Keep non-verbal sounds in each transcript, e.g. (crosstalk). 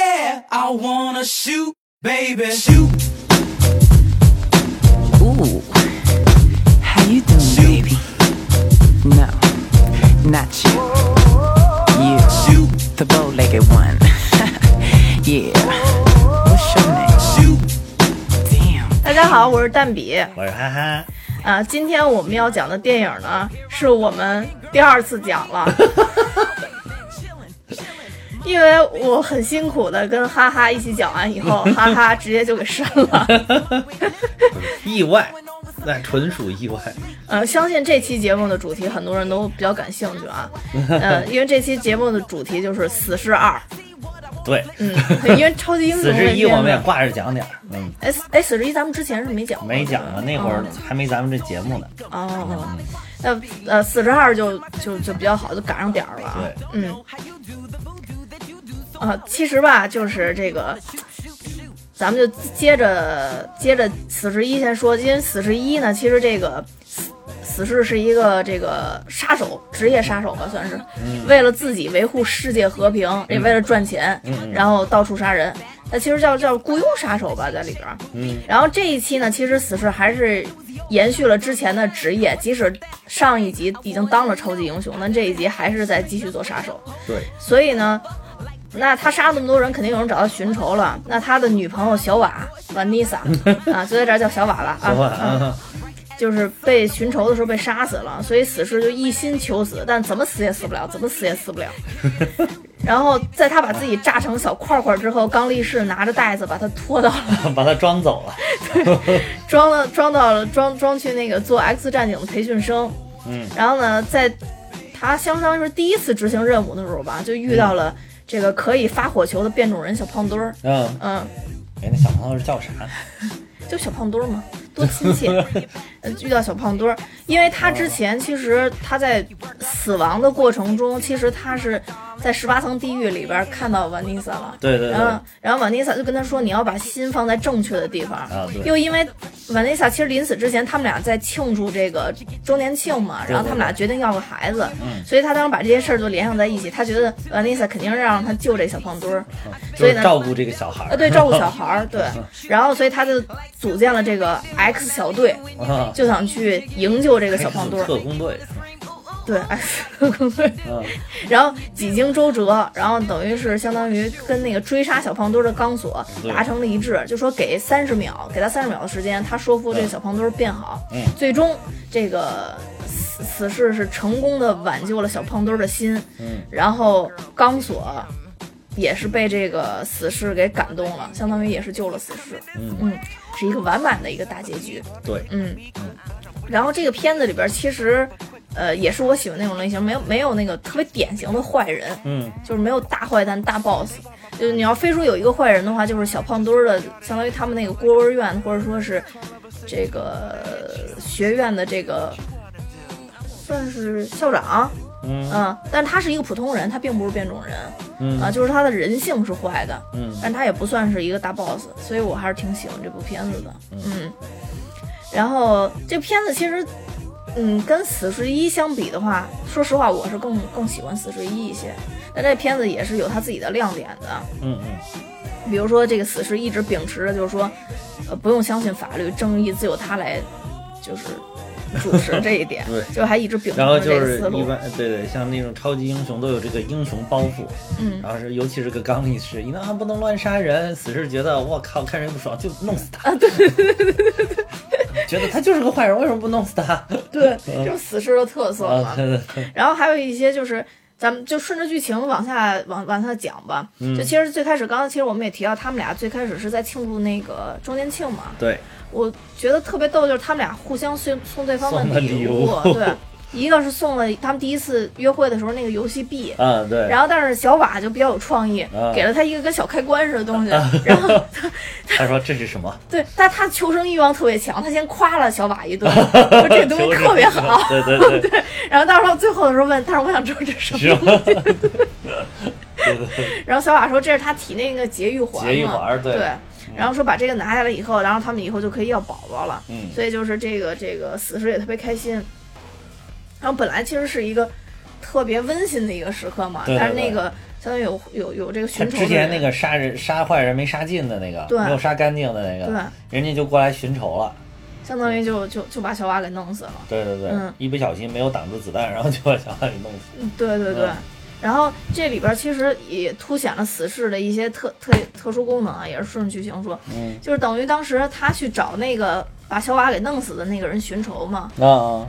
I wanna shoot, baby, shoot, Ooh, how you doing, baby? No, not you. You, shoot, the bow-legged one. (laughs) yeah. What's your name? shoot. Damn. 大家好，我是蛋比我是憨憨，啊。今天我们要讲的电影呢，是我们第二次讲了， (laughs) 因为我很辛苦的跟哈哈一起讲完以 (laughs) 后，哈哈直接就给删了。意外，那纯属意外。呃，相信这期节目的主题很多人都比较感兴趣啊， (laughs) 呃，因为这期节目的主题就是《死侍二》，对，嗯， (laughs) 因为超级英雄死侍一那边我们也挂着讲点儿，嗯，哎哎，死侍一咱们之前是没讲过的，没讲啊过，那会嗯儿还没咱们这节目呢。哦，那呃，四十二就就就比较好，就赶上点儿了啊。嗯，啊、其实吧，就是这个，咱们就接着接着死侍一先说，因为死侍一呢，其实这个死死侍是一个这个杀手，职业杀手吧，算是、为了自己维护世界和平，也为了赚钱，然后到处杀人。那其实叫叫雇佣杀手吧，在里边儿。然后这一期呢，其实死侍还是延续了之前的职业，即使上一集已经当了超级英雄，但这一集还是在继续做杀手。对，所以呢，那他杀那么多人，肯定有人找他寻仇了。那他的女朋友小瓦婉妮萨啊，就在这儿叫小瓦了小婉啊，啊，就是被寻仇的时候被杀死了，所以死侍就一心求死，但怎么死也死不了，怎么死也死不了。 (laughs) 然后在他把自己炸成小块块之后，刚力士拿着袋子把他拖到了。啊 (laughs) 把他装走了。装了装到了装装去那个做 X 战警的培训生，嗯，然后呢，在他相当于是第一次执行任务的时候吧，就遇到了这个可以发火球的变种人小胖墩儿，嗯，嗯，哎，那小朋友是叫啥？就小胖墩儿嘛，多亲 (laughs) 切。呃遇到小胖墩儿，因为他之前其实他在死亡的过程中，其实他是在十八层地狱里边看到瓦妮萨了，对对对然后，然后瓦妮萨就跟他说：“你要把心放在正确的地方。啊对又因为瓦妮萨其实临死之前，他们俩在庆祝这个周年庆嘛，然后他们俩决定要个孩子，嗯所以他当时把这些事儿就联想在一起。他觉得瓦妮萨肯定是让他救这小胖墩儿，啊就所以是呢，照顾这个小孩儿。呃，对，照顾小孩儿，对。然后，所以他就组建了这个 X 小队，啊，就想去营救这个小 (laughs) 胖墩特儿。工队。对，X 特工队。嗯， (laughs) 然后几经周折，然后等于是相当于跟那个追杀小胖墩儿的钢索对达成了一致，就说给三十秒，给他三十秒的时间，他说服这个小胖墩儿变好。嗯最终这个死死士是成功的挽救了小胖墩儿的心。嗯，然后钢索也是被这个死士给感动了，相当于也是救了死士。嗯是一个完满的一个大结局。对，嗯，然后这个片子里边其实，呃，也是我喜欢那种类型，没有没有那个特别典型的坏人，嗯，就是没有大坏蛋大 boss。就是你要非说有一个坏人的话，就是小胖墩儿的，相当于他们那个孤儿院或者说是这个学院的这个算是校长，嗯但是他是一个普通人，他并不是变种人，嗯啊，就是他的人性是坏的，嗯但他也不算是一个大 boss，所以我还是挺喜欢这部片子的，嗯。然后这片子其实，嗯，跟《死侍一》相比的话，说实话，我是更更喜欢《死侍一》一些。但这片子也是有它自己的亮点的，嗯嗯，比如说这个死侍一直秉持着就是说，呃，不用相信法律，正义自有他来，就是主持这一点对，就还一直秉持然后着就这个是思一路。般，对对，像那种超级英雄都有这个英雄包袱，嗯然后是尤其是个刚力士，你那不能乱杀人，死士觉得我靠看人不爽就弄死啊他， (laughs) 觉得他就是个坏人，为什么不弄死他？ (laughs) 对，这是死侍的特色嘛嗯啊，。对对对，然后还有一些就是。咱们就顺着剧情往下往往下讲吧。嗯就其实最开始，刚刚其实我们也提到，他们俩最开始是在庆祝那个周年庆嘛。对我觉得特别逗，就是他们俩互相送送对方送的的礼礼物，物对，一个是送了他们第一次约会的时候那个游戏 (laughs) 币，啊对，然后但是小瓦就比较有创意，啊给了他一个跟小开关似的东西，然后他说这是什么？对，但他求生欲望特别强，他先夸了小瓦一顿，说这个 (laughs) 东西特别好，对对对，然后到时候最后的时候问，但是我想知道这是 (laughs) 什是么。吗？ (laughs) 然后小瓦说这是他体内那个节育环嘛，节育环对对。然后说把这个拿下来以后，然后他们以后就可以要宝宝了。嗯所以就是这个这个死士也特别开心。然后本来其实是一个特别温馨的一个时刻嘛，对对但是那个相当于有有有这个他寻仇之的前人。那个杀人杀坏人没杀尽的那个，对没有杀干净的那对个，人家就过来寻仇了。相当于就就就把小瓦给弄死了。对对对，嗯一不小心没有挡住子弹，然后就把小汉给弄死。嗯，对对对。嗯然后这里边其实也凸显了死侍的一些特特特殊功能啊，也是顺着剧情说，嗯，就是等于当时他去找那个把小瓦给弄死的那个人寻仇嘛。那啊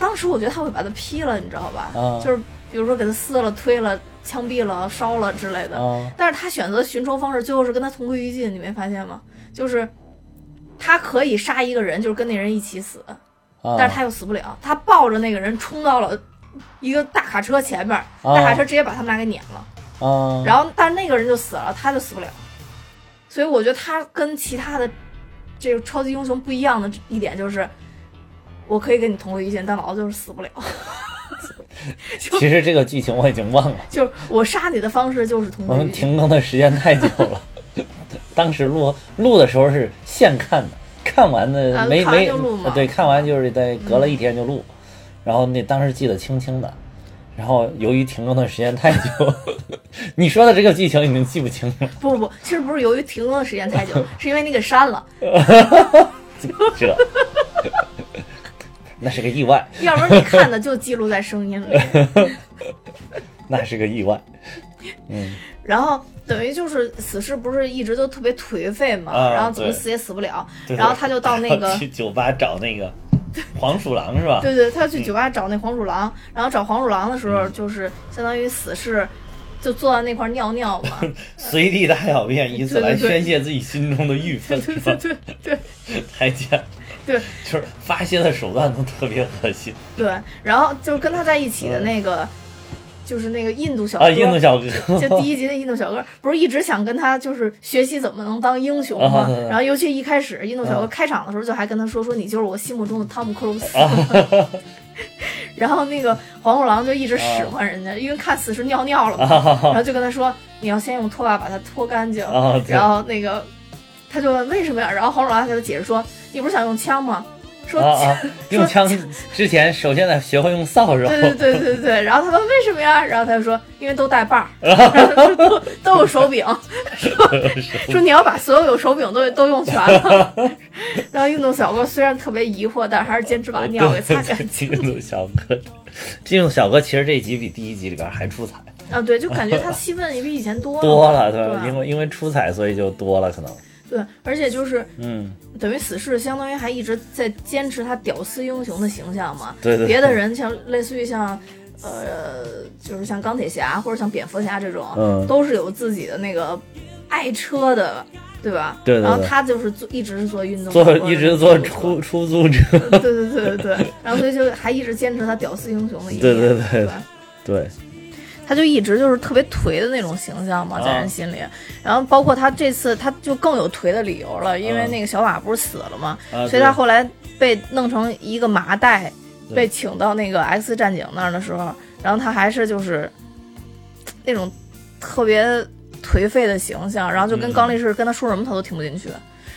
当时我觉得他会把他劈了，你知道吧？嗯就是比如说给他撕了、推了、枪毙了、烧了之类的。啊但是他选择寻仇方式最后是跟他同归于尽，你没发现吗？就是他可以杀一个人，就是跟那人一起死，啊！但是他又死不了，他抱着那个人冲到了一个大卡车前面，哦大卡车直接把他们俩给碾了，啊，然后但是那个人就死了，他就死不了，所以我觉得他跟其他的这个超级英雄不一样的一点就是，我可以跟你同归于尽，但老子就是死不了， (laughs) 其实这个剧情我已经 (laughs) 忘了，就是我杀你的方式就是同我归于们尽，嗯停更的时间太久了。 (laughs) 当时录录的时候是现看的，看完的啊没看完没就录嘛嗯对，看完就是在隔了一天就录，然后那当时记得清清的。然后由于停更的时间太久， (laughs) 你说的这个剧情已经记不清了。不不不，其实不是由于停更的时间太久，是因为你给删了，这， (laughs) 那是个意外，要不然你看的就记录在声音里。那是个意外。然后等于就是死侍不是一直都特别颓废嘛，啊然后怎么对死也死不了，对，然后他就到那个 (laughs) 去酒吧找那个黄鼠狼是吧？ (laughs) 对对，他去酒吧找那黄鼠狼，然后找黄鼠狼的时嗯候，就是相当于死侍就坐在那块儿尿尿 (laughs) 嘛，随地大小 (laughs) 便，以此对对来对宣泄自己 (laughs) 心中的对郁愤，对是对吧？对对 (laughs) 太贱了，对就是发泄的手段都特别恶心对，然后就是跟他在一起的那个，就是那个印度小嗯啊！哥。印度小哥， (laughs) 就第一集的印度小哥，不是一直想跟他就是学习怎么能当英雄吗？啊对对对然后尤其一开始印度小哥啊开场的时候就还跟他说说你就是我心目中的汤姆克鲁斯， (laughs) 然后那个黄鼠狼就一直使啊唤人家，因为看死是尿尿了嘛，然后就跟他说你要先用拖把把它拖干净，啊对然后那个他就问为什么呀？然后黄鼠狼还给他解释说你不是想用枪吗？ (laughs) 说 (laughs) 啊啊！用枪之前，首先得学会用扫帚。对对对对对，然后他问为什么呀？然后他就说因为都带把儿，然后他说都 (laughs) 都有手柄，说说你要把所有有手柄都都用全了。然后运动小哥虽然特别疑惑，但还是坚持 (laughs) 把尿给擦干净净。印度小哥，印度小哥其实这一集比第一集里边还出彩啊。对，就感觉他戏份也比以前多了多了，对啊对吧？吧因为因为出彩，所以就多了可能。对，而且就是嗯，等于死侍相当于还一直在坚持他屌丝英雄的形象嘛。对对对别的人像类似于像。呃，就是像钢铁侠啊或者像蝙蝠侠这种，嗯都是有自己的那个爱车的，对吧？对对对然后他就是做，一直是做运动，做一直做出，出出租车， (laughs) 对对对对对。然后所以就还一直坚持他屌丝英雄的一面，对对对对吧对，他就一直就是特别颓的那种形象嘛，啊在人心里。然后包括他这次，他就更有颓的理由了，因为嗯那个小瓦不是死了嘛，啊所以他后来被弄成一个麻袋，对被请到那个 X 战警那儿的时候，然后他还是就是嘖那种特别颓废的形象，然后就跟嗯刚力士跟他说什么他都听不进去。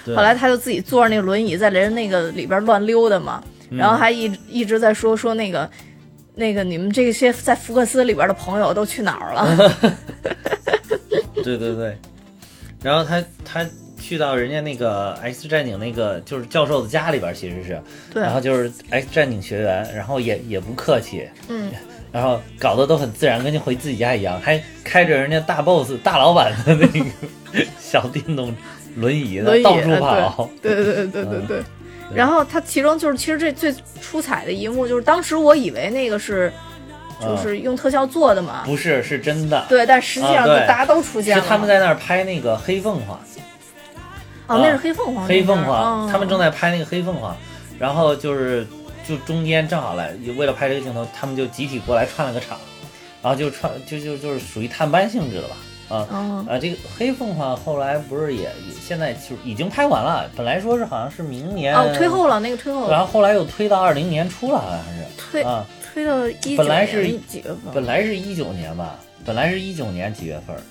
对后来他就自己坐着那个轮椅在人那个里边乱溜达嘛，嗯然后还一一直在说说那个那个你们这些在福克斯里边的朋友都去哪儿 (laughs) 了？对对对，然后他他去到人家那个 X 战警那个就是教授的家里边，其实是，对然后就是 X 战警学员，然后也也不客气，嗯，然后搞得都很自然，跟就回自己家一样，还开着人家大 boss 大老板的那个小电动轮椅轮呢，椅到处呃跑， (laughs) 嗯对对对对对对。然后他其中就是，其实这最出彩的一幕就是，当时我以为那个是就嗯是用特效做的嘛，不是是真的，对，但实际上啊就对大家都出现是了。他们在那儿拍那个黑凤凰。哦，那是黑凤凰那边，嗯黑凤凰，哦他们正在拍那个黑凤凰，然后就是就中间正好来，为了拍这个镜头，他们就集体过来串了个场，然后就串就就就是属于探班性质的吧，啊、哦啊，这个黑凤凰后来不是也也现在就是已经拍完了，本来说是好像是明年哦推，后了，那个推后然了，后后来又推到二零年初了，好像是推啊，推到一九本来是年几月份本来是一九年吧，本来是一九年几月份儿，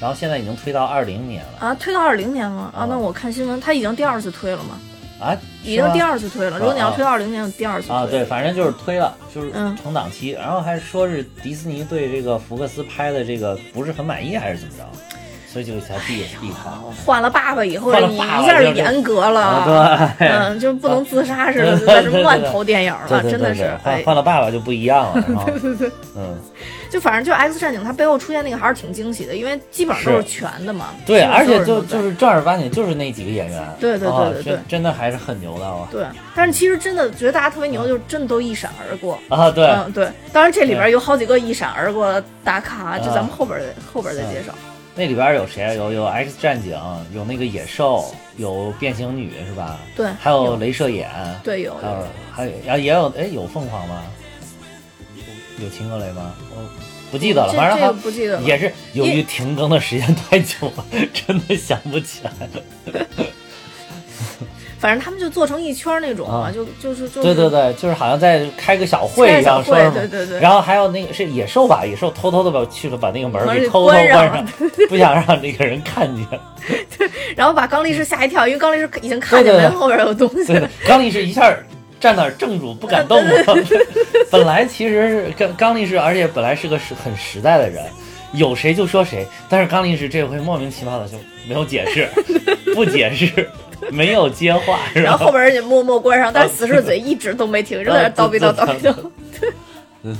然后现在已经推到二零年了啊？推到二零年了啊？啊那我看新闻，他已经第二次推了嘛？啊啊，已是经吗第二次推了。如果你要啊推二零年，有第二次推。啊，对，反正就是推了，就是嗯成档期，然后还说是迪士尼对这个福克斯拍的这个不是很满意，还是怎么着，所以就才避避开。换了爸爸以后，换了你一爸爸下就是严格 (laughs) 了，啊，对， (laughs) 嗯，就不能自杀似的，啊在这乱投电影对了，对啊真对的是对，，换哎，换了爸爸就不一样了， (laughs) 然后，嗯，就反正就 X 战警，它背后出现那个还是挺惊喜的，因为基本上都是是全的嘛。对，基本而上所有且人就都在就是正儿八经就是那几个演员，对对对啊对对真真的还是很牛的啊，对，但是其实真的觉得大家特别牛，就是真的都一闪而过。啊，对，嗯，对，当然这里边对有好几个一闪而过的大咖，这啊嗯咱们后边儿再后边儿再介绍。那里边有谁啊？有有 X 战警，有那个野兽，有变形女是吧？对还有镭射眼，对，有还有有啊还有然后也有哎有凤凰吗？有秦格雷吗？我不记得了，这反正这个好不记得了。也是由因于为停更的时间太久了， (laughs) 真的想不起来了。反正他们就做成一圈儿那种嘛，啊就就是就是对对对，就是好像在开个小会一样，开小说会什么对对对然后还有那个是野兽吧，野兽偷偷的把去了把那个门儿门儿给给偷偷关关上上，不想让这个人看见。然后把刚力士吓一跳，因为刚力士已经看对见对对门后边有东西 (laughs) 对了的，刚力士一下站那儿正主不敢动 (laughs) 了。 (laughs) 本来其实是刚刚力士，而且本来是个实很实在的人，有谁就说谁。但是刚力士这回莫名其妙的就没有解 (laughs) 释，不解释，没有接话，是然吧后后边人家默默啊关上，但是死侍嘴一直都没停，就在那叨逼叨叨逼叨。 (laughs) 嗯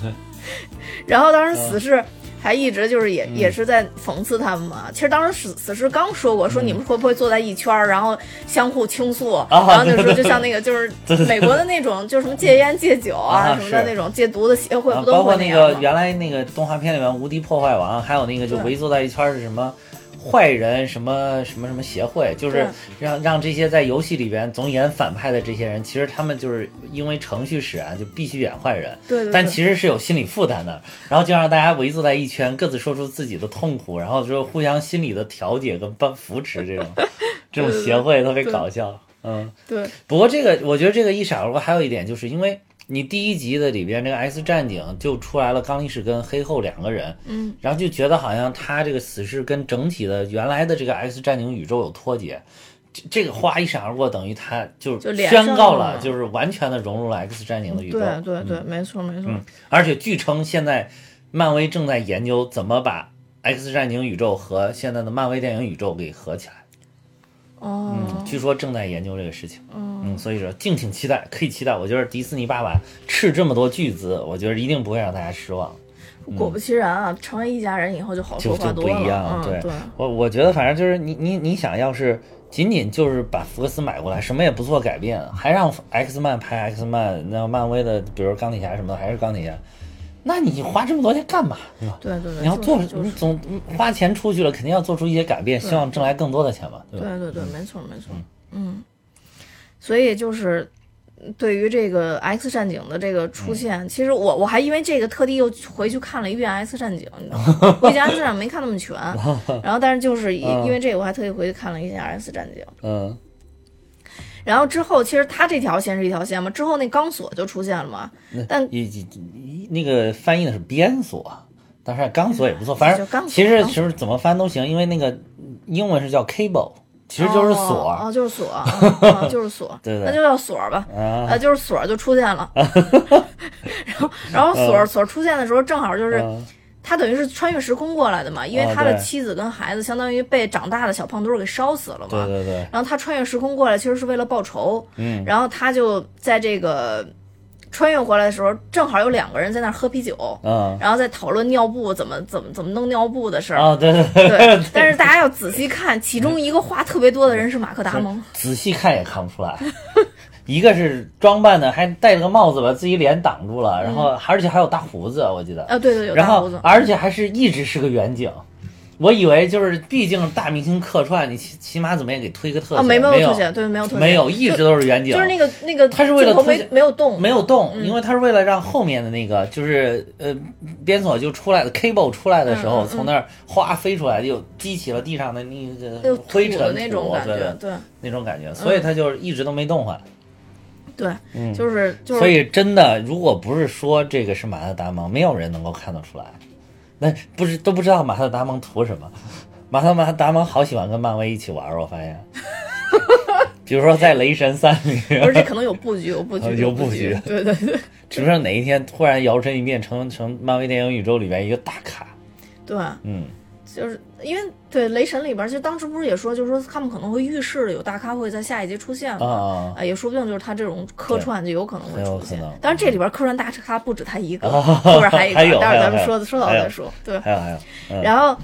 然后当时死侍还一直就是也、嗯也是在讽刺他们嘛。其实当时死死侍刚说过，说你们会不会坐在一圈儿，然后相互倾诉，然后就啊对说对就像那个就是 (laughs) 对对对美国的那种，就是什么戒烟戒酒啊啊什么的是那种戒毒的协会，啊不包都括会那样个吗？原来那个动画片里面《无敌破坏王》，还有那个就对围坐在一圈儿是什么坏人什么什么什么协会，就是对让让这些在游戏里边总演反派的这些人，其实他们就是因为程序使然就必须演坏人，对对对但其实是有心理负担的。然后就让大家围坐在一圈，各自说出自己的痛苦，然后就互相心理的调节跟帮扶 (laughs) 持这种这种协会特别搞笑，嗯。对不过这个，我觉得这个一闪而过，还有一点就是因为你第一集的里边这个 X 战警就出来了刚力士跟黑后两个人，嗯，然后就觉得好像他这个死侍跟整体的原来的这个 X 战警宇宙有脱节。这这个花一闪而过，等于他就就是连宣告上了，了就是完全的融入了 X 战警的宇宙。对对对，没错没错。嗯，而且据称现在漫威正在研究怎么把 X 战警宇宙和现在的漫威电影宇宙给合起来。哦，嗯，据说正在研究这个事情。嗯，所以说敬请期待，可以期待。我觉得迪士尼爸爸斥这么多巨资，我觉得一定不会让大家失望，果不其然啊，成为一家人以后就好就说嗯就话不多一样。了。嗯，对。我我觉得反正就是你你你想要是仅仅就是把福克斯买过来，什么也不做改变，还让 X 曼拍 X 曼，那漫威的比如钢铁侠什么的还是钢铁侠，那你花这么多钱干嘛？对吧？对对对，你要就做，就你是总花钱出去了，肯定要做出一些改变，希望挣来更多的钱嘛，对吧？对对对，没错没错，嗯，所以就是对于这个 X 战警的这个出现，其实我我还因为这个特地又回去看了一遍 X 战警，你知道吗？我以前 X 战警没看那么全，然后但是就是因因为这个我还特意回去看了一下 X 战警，嗯，然后之后其实它这条线是一条线嘛，之后那钢索就出现了嘛，但一一一那个翻译的是边锁，但是钢索也不错，嗯反就正钢索其实钢其实怎么翻都行，因为那个英文是叫 cable，其实就是锁。哦，哦就是锁，嗯嗯就是锁， (laughs) 对对那就叫锁吧，啊呃，就是锁就出现 (laughs) 了，然后然后锁锁出现的时候，正好就是嗯他等于是穿越时空过来的嘛，因为哦他的对妻子跟孩子相当于被长大的小胖墩儿给烧死了对嘛，对对，然后他穿越时空过来其实是为了报仇，嗯，然后他就在这个穿越回来的时候，正好有两个人在那儿喝啤酒，嗯，然后在讨论尿布怎么怎么怎么弄尿布的事儿。啊对对 (laughs) 对，对，但是大家要仔细看，其中一个话特别多的人是马克·达蒙。仔细看也看不出来。一个是装扮的，还戴了个帽子把自己脸挡住了，然后而且还有大胡子，我记得。啊，对对，嗯有然大后胡子，而且还是一直是个远景。我以为就是，毕竟大明星客串，你起起码怎么也给推个特写，啊，没没有特写，对，没有特写，没有，一直都是远景，就是那个那个，他是为了推没没有动，嗯没有动，因为他是为了让后面的那个就是呃边锁就出来的 cable 出来的时嗯候，嗯嗯从那儿哗飞出来，就激起了地上的那有个灰土的尘那种土感对觉，对对那种感觉，所以他就一直都没动换。对，就是就是，嗯所以真的，如果不是说这个是马特达蒙，没有人能够看得出来，那不是都不知道马特达 (laughs) (laughs) 蒙图什么。马特马特达蒙好喜欢跟漫威一起玩儿，我发现。比如说在《雷神三》不是里，这可能有布局，有布局， (laughs) 有布布局对对对指不上哪一天突然摇身一变成成漫威电影宇宙里边一个大咖。对，嗯，就是因为对雷神里边，其实当时不是也说，就是说他们可能会预示有大咖会在下一集出现啊嘛。啊啊，也说不定就是他这种客对串就有可能会很出有可现能，当然这里边客串大咖不止他一个，啊后边还一还有个，待会儿咱还们有说说到还有再说。对啊，，还有还有，嗯然后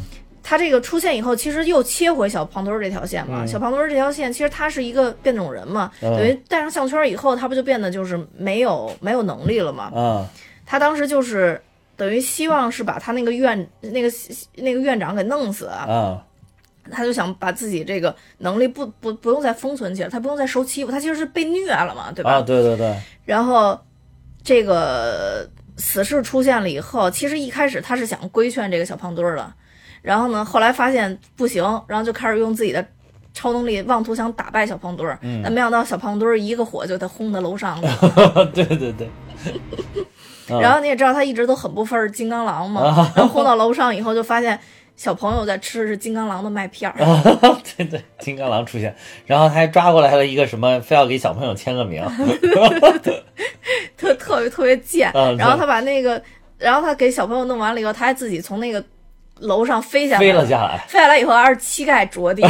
他这个出现以后，其实又切回小胖墩儿这条线嘛。小胖墩儿这条线，其实他是一个变种人嘛，嗯等于戴上项圈以后，他不就变得就是没有没有能力了嘛？啊他当时就是等于希望是把他那个院那个那个院长给弄死，啊他就想把自己这个能力不不不用再封存起来，他不用再受欺负，他其实是被虐了嘛，对吧？啊！对对对， (laughs) 然后这个死侍出现了以后，其实一开始他是想规劝这个小胖墩儿的，然后呢，后来发现不行，然后就开始用自己的。超能力妄图想打败小胖墩儿，嗯但没想到小胖墩儿一个火就给他轰到楼上 (laughs) 了。对对对， (laughs) 嗯然后你也知道他一直都很不忿儿金刚狼嘛，然后轰到楼上以后就发现小朋友在吃的是金刚狼的麦片 (laughs) 儿，啊对对，金刚狼出现，然后他还抓过来了一个什么，非要给小朋友签个名，特特别特别贱嗯。然后他把那个，然后他给小朋友弄完了以后，他还自己从那个楼上飞下来，飞了下来。飞下来以后，还是膝盖着 (laughs) 地，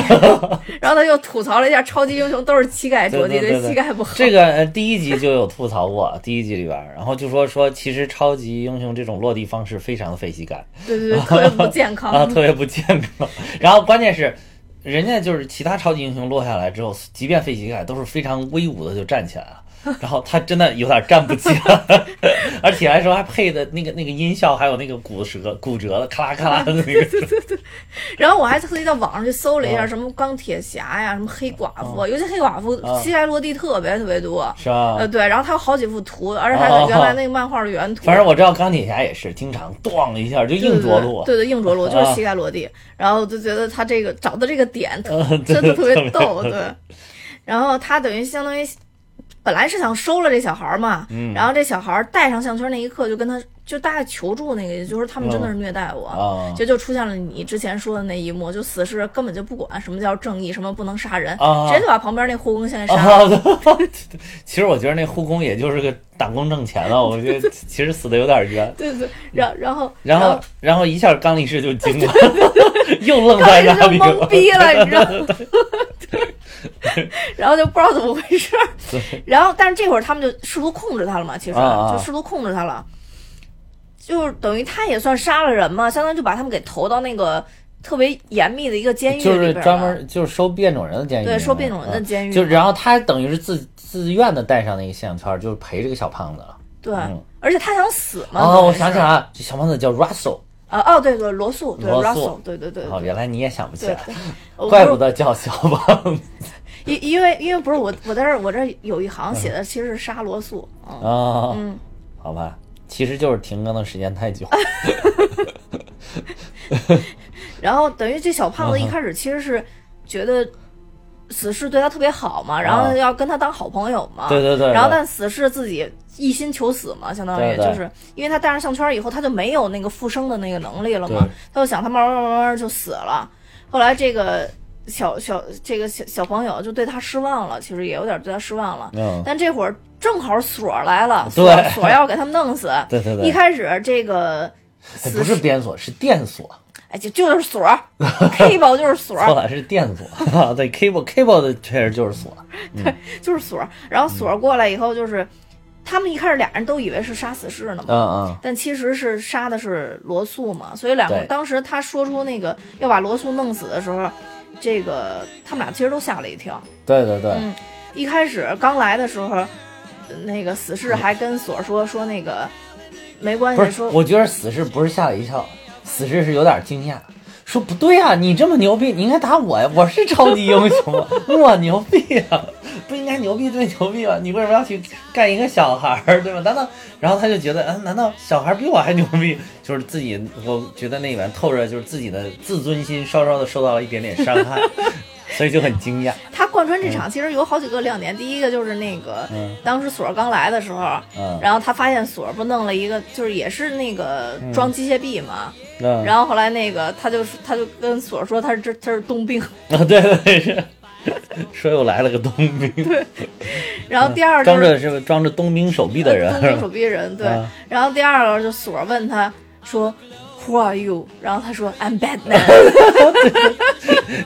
然后他又吐槽了一下，超级英雄都是膝盖着地，对对对对膝盖不好。这个呃第一集就有吐槽过，第一集里边儿，然后就说说其实超级英雄这种落地方式非常的费膝盖对对对，特别不健康。 (laughs) 啊，特别不健康。然后关键是，人家就是其他超级英雄落下来之后，即便费膝盖都是非常威武的就站起来 (laughs) 了。然后他真的有点站不起来，而且来说还配的那个那个音效，还有那个骨折骨折的咔啦咔啦的那 (laughs) 个声，然后我还特意到网上去搜了一下，啊什么钢铁侠呀，什么黑寡妇，尤其黑寡妇膝盖落地特别特别多。啊是啊吧呃，？对，然后他有好几幅图，而且还哦有原来那个漫画的原图。反正我知道钢铁侠也是经常咣一下就硬着陆，对对对，硬着陆 (laughs) 就是啊膝盖落地，然后就觉得他这个找的这个点特 (laughs) 嗯对真的特别特别 (laughs) 逗，对。然后他等于相当于本来是想收了这小孩儿嘛，嗯然后这小孩儿戴上项圈那一刻就跟他就大概求助那个意思，就是他们真的是虐待我，啊就就出现了你之前说的那一幕，就死士根本就不管什么叫正义，什么不能杀人，啊直接就把旁边那护工先给杀了。啊，对 (laughs) 其实我觉得那护工也就是个打工挣钱的，我觉得其实死的有点冤。对对，然然后然后，然后一下刚力士就惊了， (laughs) 又愣在当那时里就懵了。逼 (laughs) 了，你知道吗？对然后就不知道怎么回 (laughs) 事儿，然后但是这会儿他们就试图控制他了嘛，其实啊啊就试图控制他了，就是等于他也算杀了人嘛，相当于就把他们给投到那个特别严密的一个监狱里就边儿是了专门就是收变种人的监狱，对收变种人的监狱啊嗯就然后他等于是自自愿的戴上那个项圈，就是陪这个小胖子了。对嗯，而且他想死嘛。哦，我等于想是起来，了，这小胖子叫 Russell，啊哦对对，罗素对罗素 Russell 对对对哦，对原来你也想不起对 (laughs) 来，，我怪是不得叫小胖子因因为因为不是我我在这儿我这儿有一嗯行写的其实是杀罗素，嗯，啊。好吧，其实就是停更的时间太久。然后等于这小胖子一开始其实是觉得死侍对他特别好嘛，然后要跟他当好朋友嘛。对对对对然后但死侍自己一心求死嘛，相当于对对就是因为他戴上项圈以后，他就没有那个复生的那个能力了嘛对，他就想他慢慢慢慢就死了。后来这个。小小这个小小朋友就对他失望了，其实也有点对他失望了。嗯但这会儿正好锁儿来了，对锁儿锁儿要给他们弄死。对对对一开始这个哎 (laughs) 死不是边锁，是电锁。哎就就是锁儿，K 宝就是锁儿错，了，是电 (laughs) 阻。对，cable cable 的确实就是锁。就是锁儿，然后嗯锁儿过来以后，就是、他们一开始俩人都以为是杀死士呢嘛，嗯嗯，但其实是杀的是罗素嘛，所以两个对当时他说出那个要把罗素弄死的时候，这个他们俩其实都吓了一跳。对对对，嗯一开始刚来的时候，呃那个死士还跟锁儿说说那个没关嗯不系，是，说我觉得死士不是吓了一跳，死士是有点惊讶，说不对啊，你这么牛逼，你应该打我呀，我是超级英雄啊， (laughs) 我牛逼啊，不应该牛逼对牛逼吗？你为什么要去干一个小孩儿，对吧？难道？然后他就觉得，嗯，难道小孩比我还牛逼？就是自己，我觉得那里面透着就是自己的自尊心稍稍的受到了一点点伤 (laughs) 害，所以就很惊讶。他贯穿这场其实有好几个亮点，第一个就是那个、嗯当时锁儿刚来的时候，嗯然后他发现锁儿不弄了一个，就是也是那个装机械臂嘛，嗯，然后后来那个他就他就跟锁儿说他是这他是冬兵， (laughs) 啊，对对是，说又来了个冬兵，然后第二就装是着是装着冬兵手臂的人，东京手臂人对啊。然后第二个就索儿问他说 Who are you？然后他说 I'm Batman。 (laughs)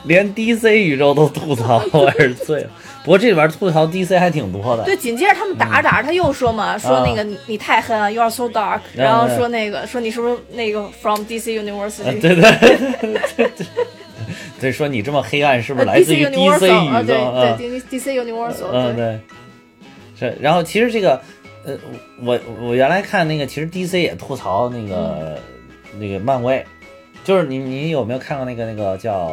连 DC 宇宙都吐槽， (laughs) 我也是醉了。不过这里边吐槽 DC 还挺多的，对，紧接着他们打着打着，他又说嘛，说啊那个你你太黑了，You are so dark。然然后后说那个说你是不是那个 from DC 啊 University？哎对对对对对对，对说你这么黑暗是不呃是来 DC 自于 Universal 啊，宇宙？啊对对，DC Universal，嗯，对，对，是。然后其实这个，呃，我我我原来看那个，其实 DC 也吐槽那个、嗯那个漫威，就是你你有没有看过那个那个叫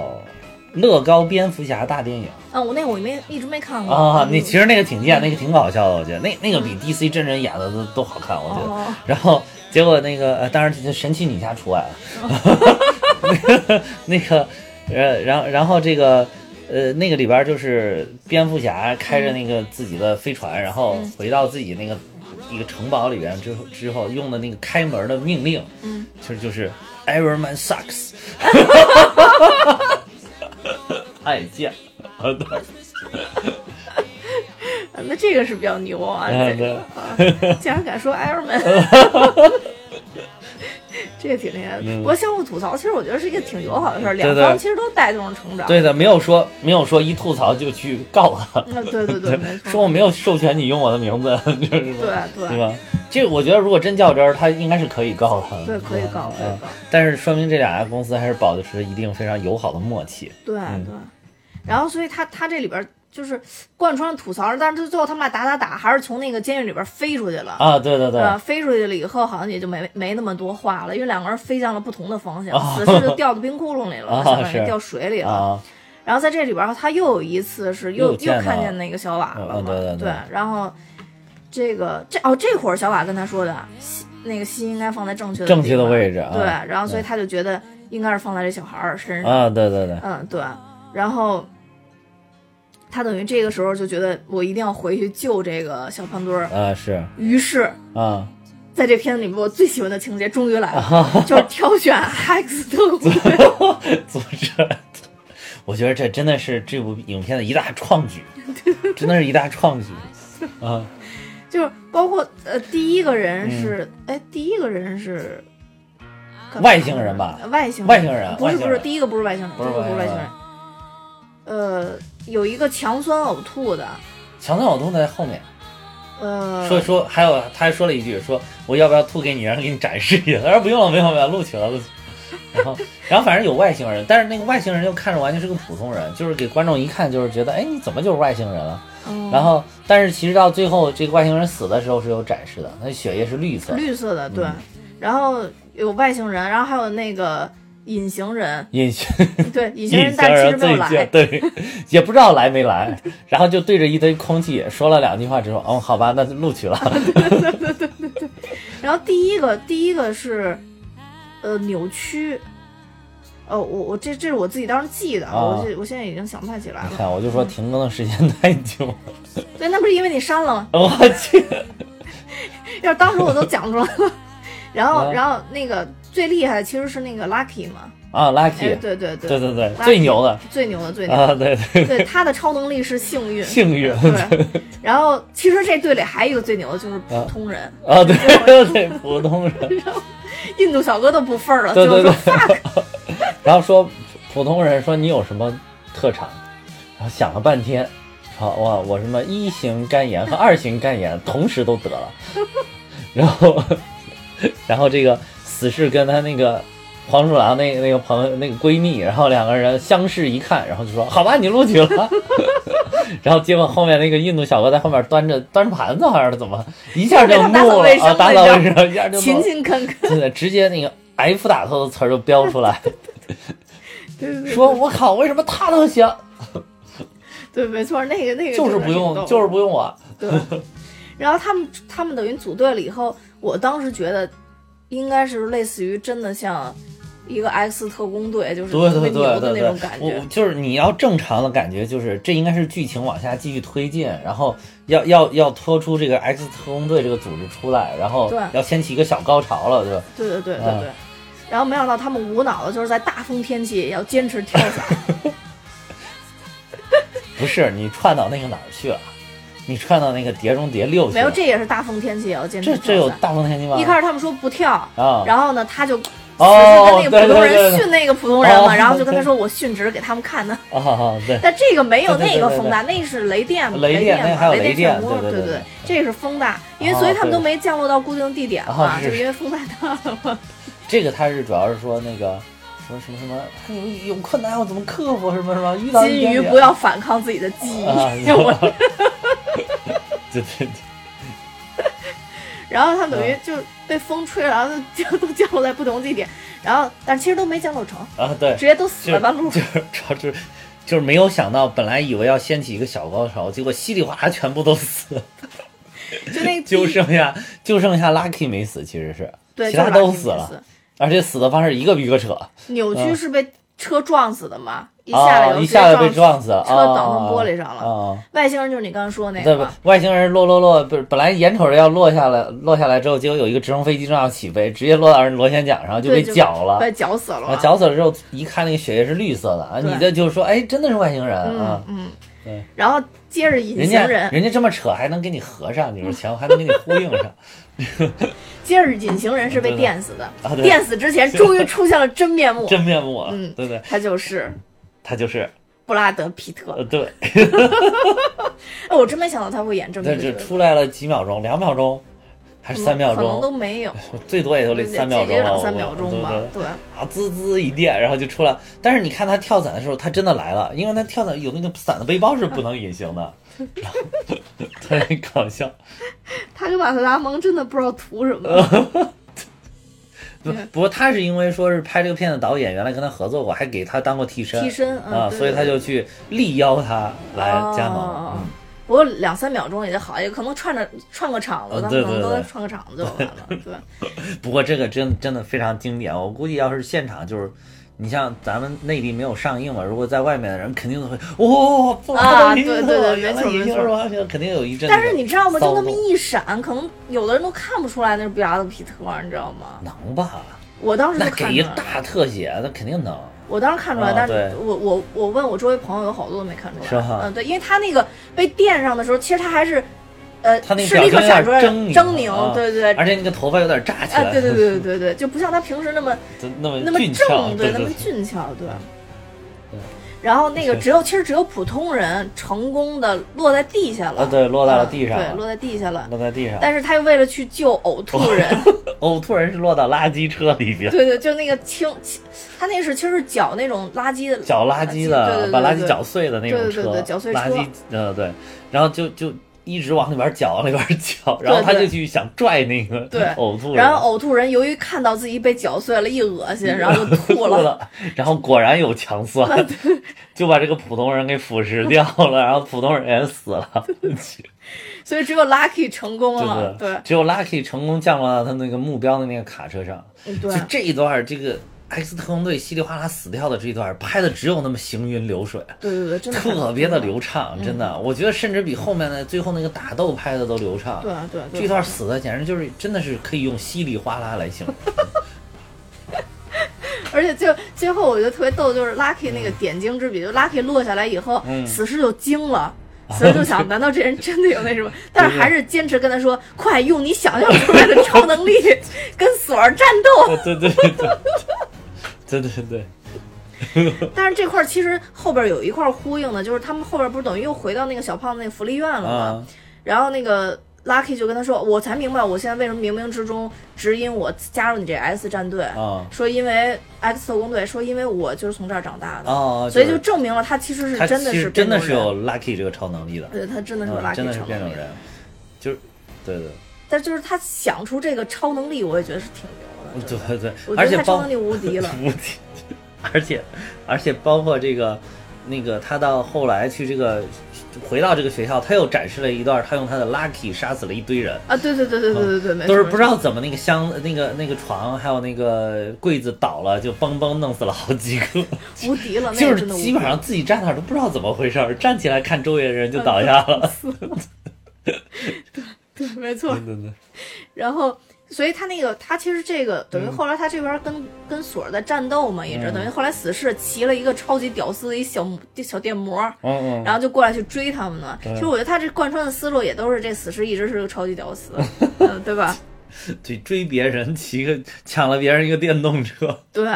《乐高蝙蝠侠大电影》啊，我那我没一直没看过啊？嗯那其实那个挺贱，那个挺搞笑的，我觉得那那个比 DC 真人演的都都好看，我觉得。哦然后结果那个，呃、当然这神奇女侠除外啊。 (laughs) 那个，呃，然后然后这个，呃，那个里边儿就是蝙蝠侠开着那个自己的飞船，然后回到自己那个一个城堡里边之后之后用的那个开门的命令，嗯，其实就是 Everyman (laughs) sucks，太贱了，呃那这个是比较牛啊，嗯这个啊 (laughs) 竟然敢说哎 Iron Man，这也挺厉害的。不过相互吐槽，其实我觉得是一个挺友好的事儿，两嗯对对方其实都带动了成长。对的，没有说没有说一吐槽就去告他，嗯，对对对，没说我错，没有授权你用我的名字， (laughs) 就是对对对吧？这我觉得如果真较真儿，他应该是可以告他的，对，可以搞，可以嗯搞，但是说明这两家公司还是保持一定非常友好的默契。对对。然后，所以他他这里边就是贯穿了吐槽，但是最后他们俩打打打，还是从那个监狱里边飞出去了。啊，对对对，呃，飞出去了以后，好像也就没没那么多话了，因为两个人飞向了不同的方向，啊死士就掉到冰窟窿里 (laughs) 了，啊相当于是掉水里了。啊，然后在这里边儿，他又有一次是又又见到看见那个小瓦了嘛，嗯嗯对对对然后这个这哦，这会儿小瓦跟他说的，心那个心应该放在正确的正确的地方位置啊对，然后所以他就觉得应该是放在这小孩儿身上，啊，对对对，嗯，对，然后他等于这个时候就觉得我一定要回去救这个小胖墩儿，啊是于是啊， (laughs) 在这片子里面，我最喜欢的情节终于来了，就是挑选 X 特工队。组织， (laughs) 我觉得这真的是这部影片的一大 (laughs) 创举，真的是一大创举啊，就是包括呃，第一个人嗯是哎、第一个人是外星人吧呃外星外星人不是外星不是，人第一个不是外星人，不是第一个不是外外星星人人。呃，有一个强酸呕吐的，强酸呕吐在后面。呃，说说，还有他还说了一句，说我要不要吐给你，然后给你展示一下？他说不用了，不用了，不用了录取了，录取了。然后，然后反正有外星人，但是那个外星人又看着完全是个普通人，就是给观众一看就是觉得，哎，你怎么就是外星人了？嗯然后，但是其实到最后，这个外星人死的时候是有展示的，他血液是绿色，，绿色的对，然后有外星人，然后还有那个隐形人隐形对，隐形隐人，形但其实人没有最来贱，，对，也不知道来没来，然后就对着一堆空气说了两句话之后，哦，好吧，那就录取了。然后第一个，第一个是，呃，扭曲，呃，我我这这是我自己当时记的，啊，啊我这我现在已经想不太起来你了。看，我就说停更的时间太久了，对，那不是因为你删了吗？ (laughs) 我去，要是当时我都讲出来了。然后，啊然后那个最厉害的其实是那个 Lucky 嘛，啊哎， ，lucky，对对对对对对， Lucky 最牛的，最牛的最牛的，啊，对对，对他的超能力是幸运，幸运对。 (laughs) 然后其实这队里还有一个最牛的就是普啊通人，啊，对对对，普通人，印度小哥都不分儿了，对对就是对说 fuck，。 (laughs) 然后说普通人说你有什么特长，然后想了半天，说哇我什么一型肝炎和二型肝炎同时都得了， (laughs) 然后 (laughs) 然后这个死侍跟他那个。黄鼠狼那个那个朋友那个闺蜜，然后两个人相视一看，然后就说：“好吧，你录取了。” (laughs) 然后结果后面那个印度小哥在后面端着端着盘子，好像是怎么一下就为他打扫怒了卫生啊，打扫了卫你知生，一下就怒勤了勤恳恳，真的直接那个 F 打头的词儿就飙出 (laughs) 来，对对对 (laughs) 说我靠，为什么他能行？对，没错，那个那个就是真的不挺逗用，就是不用我。对， (laughs) 然后他们他们等于组队了以后，我当时觉得应该是类似于真的像一个 X 特工队，就是对嗯特别对牛的对对那对种感，我觉我。就是你要正常的感觉，就是这应该是剧情往下继续推进，然后要要要拖出这个 X 特工队这个组织出来，然后对要掀起一个小高潮了，对吧？对对对对啊对。然后没想到他 (laughs) 们无脑的，就是在大风天气也要坚持跳伞。不是你串到那个哪儿去了？你串到那个《碟中谍六》去没有，了？这也是大风天气也要坚持这跳这有伞大风天气吗？一开始他们说不跳，啊然后呢，他就哦就是跟那个普通对对对人对训那个普通人嘛，哦然后就跟他说我殉职给他们看的。啊啊对，但这个没有对对那对个对风大，那是雷电嘛，雷电电那嘛还有雷雷电漩涡，对对对对对，这是风大，因为哦所以他们对都没降落到固定地点嘛啊，是就是因为风太大 (laughs) 了嘛。这个他是主要是说那个说什么什么，你们有困难要怎么克服什么什么，遇到一金点鱼点不要反抗自己的记忆，啊， (laughs) 我 (laughs) 对对对，然后他们等嗯于就被风吹了，然后就就都降落在不同地点，然后但其实都没降落成，啊对，直接都死就是了半路就。是主要是就是没有想到，本来以为要掀起一个小高潮，结果稀里哗啦全部都死了，就那个就剩下就剩下 Lucky 没死，其实是对，其他就是都 Lucky 死没了，而且死的方式一个比一个扯，扭曲嗯是被车撞死的嘛，一下来啊，就一直接下子被死撞死了，车啊倒到玻璃上了。啊。外星人就是你刚刚说那对个不嘛，？外星人落落落，不是本来眼瞅着要落下来，落下来之后，结果有一个直升飞机正要起飞，直接落到人螺旋桨上就对被就绞了被。绞死了然嘛。后绞死了之后，一看那个血液是绿色的啊，对你这就是说，哎，真的是外星人啊嗯！嗯对。然后接着隐人形家人，人家这么扯还能给你合上，你说前后还能给你呼应 (laughs) 上，接着隐形人是被对对电死的啊。对电死之前，终于出现了真面目，真面目啊！嗯对不对，他就是他就是布拉德皮特呃。对，哎，我真没想到他会演这么那一个只角色，出来了几秒钟，两秒钟还是三秒可能都钟，没有，最多也就得三秒也钟就了，两三秒我钟吧对对。对，啊，滋滋一电，然后就出来。但是你看他跳伞的时候，他真的来了，因为他跳伞有那个伞的背包是不能隐形 (laughs) 的，特别搞笑。他跟马特达蒙真的不知道图什么。不不过他是因为说是拍这个片的导演原来跟他合作过，还给他当过替身，替身嗯啊，对所以他就去力邀他来哎加盟。哦嗯不过两三秒钟也就好，也可能串着串个场子，呃他对可能对都对在串个场子就完 (laughs) 了。对，不过这个真真的非常经典，我估计要是现场就是。你像咱们内地没有上映嘛，如果在外面的人肯定都会哇、哦，啊对对对没错没错错，肯定有一阵子骚动。但是你知道吗？就那么一闪，可能有的人都看不出来那是布拉德皮特，你知道吗？能吧？我当时就那看啊给一出来了，大特写，那肯定能。我当时看出来，啊但是对我我我问我周围朋友，有好多都没看出来。是吧嗯，对，因为他那个被电上的时候，其实他还是，呃，他那视表力情可有闪点出来了狰狰狞啊，对对对，而且那个头发有点炸起啊，来，对对 (laughs) 对对对对，就不像他平时那么对，那么那么俊俏，正，对那么对俊俏，对。然后那个是只有其实只有普通人成功的落在地下了，啊对落在了地嗯上对，落在地下了。落在地上。但是他又为了去救呕吐人， (laughs) 呕吐人是落到垃圾车里边，对对，就那个清，清他那是其实是搅那种垃圾的，搅垃圾的，对对对对把垃圾搅碎的那种对车，对对对搅碎车垃圾，呃对，然后就就一直往里边搅，往里边搅，然后他就去想拽那个对呕吐人，然后呕吐人由于看到自己被搅碎了，一恶心，然后就吐了。了，然后果然有强酸，就把这个普通人给腐蚀掉了，然后普通人也死了。所以只有 Lucky 成功了对，对只有 Lucky 成功降落到他那个目标的那个卡车上。嗯就对，这一段儿，这个 X 特工队稀里哗啦死掉的这一段儿，拍的只有那么行云流水，对对对，真的很特别的流畅，真的，我觉得甚至比后面的最后那个打斗拍的都流畅。对对对这段死的简直就是，真的是可以用稀里哗啦来形容。而且最最后我觉得特别逗，就是 Lucky 嗯那个点睛之笔，就 Lucky 落下来以后，死侍就惊了。哦死侍就想，难道这人真的有那什么？但是还是坚持跟他说，快用你想象出来的超能 (laughs) 力跟索尔战斗。对对对对，对对对，嗯但是这块儿其实后边有一块儿呼应的，就是他们后边不是等于又回到那个小胖子那个福利院了吗？啊，然后那个 Lucky 就跟他说：“我才明白，我现在为什么冥冥之中指引我加入你这 X 战队，啊说因为 X 特工队，说因为我就是从这儿长大的，哦，所以就是证明了他其实是他真的其实是真的变是种人，有 Lucky 这个超能力的，对他真的是有嗯 Lucky 真的是超变能种力人，就是，对对。但就是他想出这个超能力，我也觉得是挺牛的，真对的对对我，觉而得且他超包能力无敌 (laughs) 了无敌，而且而且包括这个那个他到后来去这个回到这个学校，他又展示了一段他用他的 lucky 杀死了一堆人。啊！对对对对对对对，没错都是不知。没道错怎么那个箱、那个那个床，还有那个柜子倒了，就嘣嘣弄死了好几 (laughs) 个，无敌哦了，那就个是真的无敌基本上自己站那儿都不知道怎么回事儿，站起来看周围的人就嗯倒下了。没错 (laughs) 对。对对，嗯然后，所以他那个他其实这个等于后来他这边跟、跟索尔在战斗嘛，一直、等于后来死侍骑了一个超级屌丝的一小小电摩，嗯然嗯，后就过来去追他们了。其实我觉得他这贯穿的思路也都是这死侍一直是个超级屌 (laughs) 丝，嗯，对吧？对，追别人 (laughs) 骑个抢了别人一个电动车对。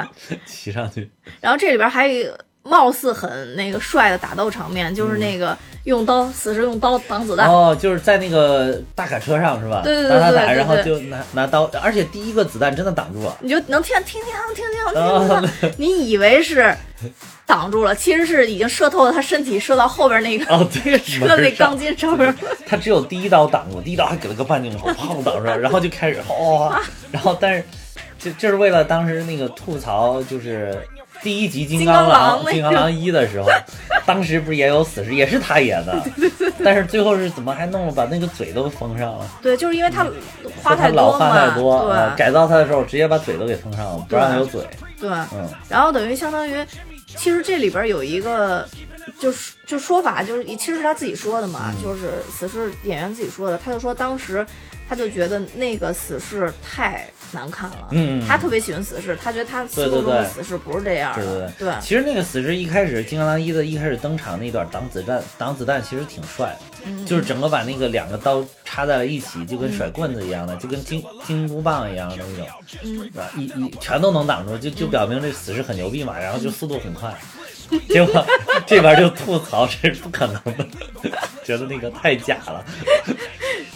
骑上去，然后这里边还有一个貌似很那个帅的打斗场面，嗯就是那个用刀，死侍用刀挡子弹，哦，就是在那个大卡车上是吧？对对对打打对打，对然后对就拿拿刀，而且第一个子弹真的挡住了。你就能听听听听听听听，你以为是挡住了，其实是已经射透了他身体，射到后边那个、哦对那个车的那门上钢筋上面。他只有第一刀挡住，第一刀还给了个半镜头，砰挡住了，然后就开始哦，然后但是这这是为了当时那个吐槽，就是第一集《金刚狼》《金金刚刚狼那个狼一》的时候，当时不是也有死尸，也是他演的，但是最后是怎么还弄了把那个嘴都封上了？对，就是因为他花他太老多话嘛，太多，啊对改造他的时候直接把嘴都给封上了，不让有嘴。对。嗯，然后等于相当于，其实这里边有一个，就是就说法就是，其实是他自己说的嘛，就是死侍演员自己说的，他就说当时他就觉得那个死侍太难看了，嗯他特别喜欢死侍，他觉得他心对对目中的对死侍不是这样对的对，对。其实那个死侍一开始《金刚狼一》的一开始登场那段挡子弹，挡子弹其实挺帅的，嗯就是整个把那个两个刀插在了一起，就跟甩棍子一样的，就跟金金箍棒一样的那种，是嗯吧？一一全都能挡住，就就表明这死侍很牛逼嘛，然后就速度很快。结果 (laughs) 这边就吐槽这是不可能的，觉得那个太假了。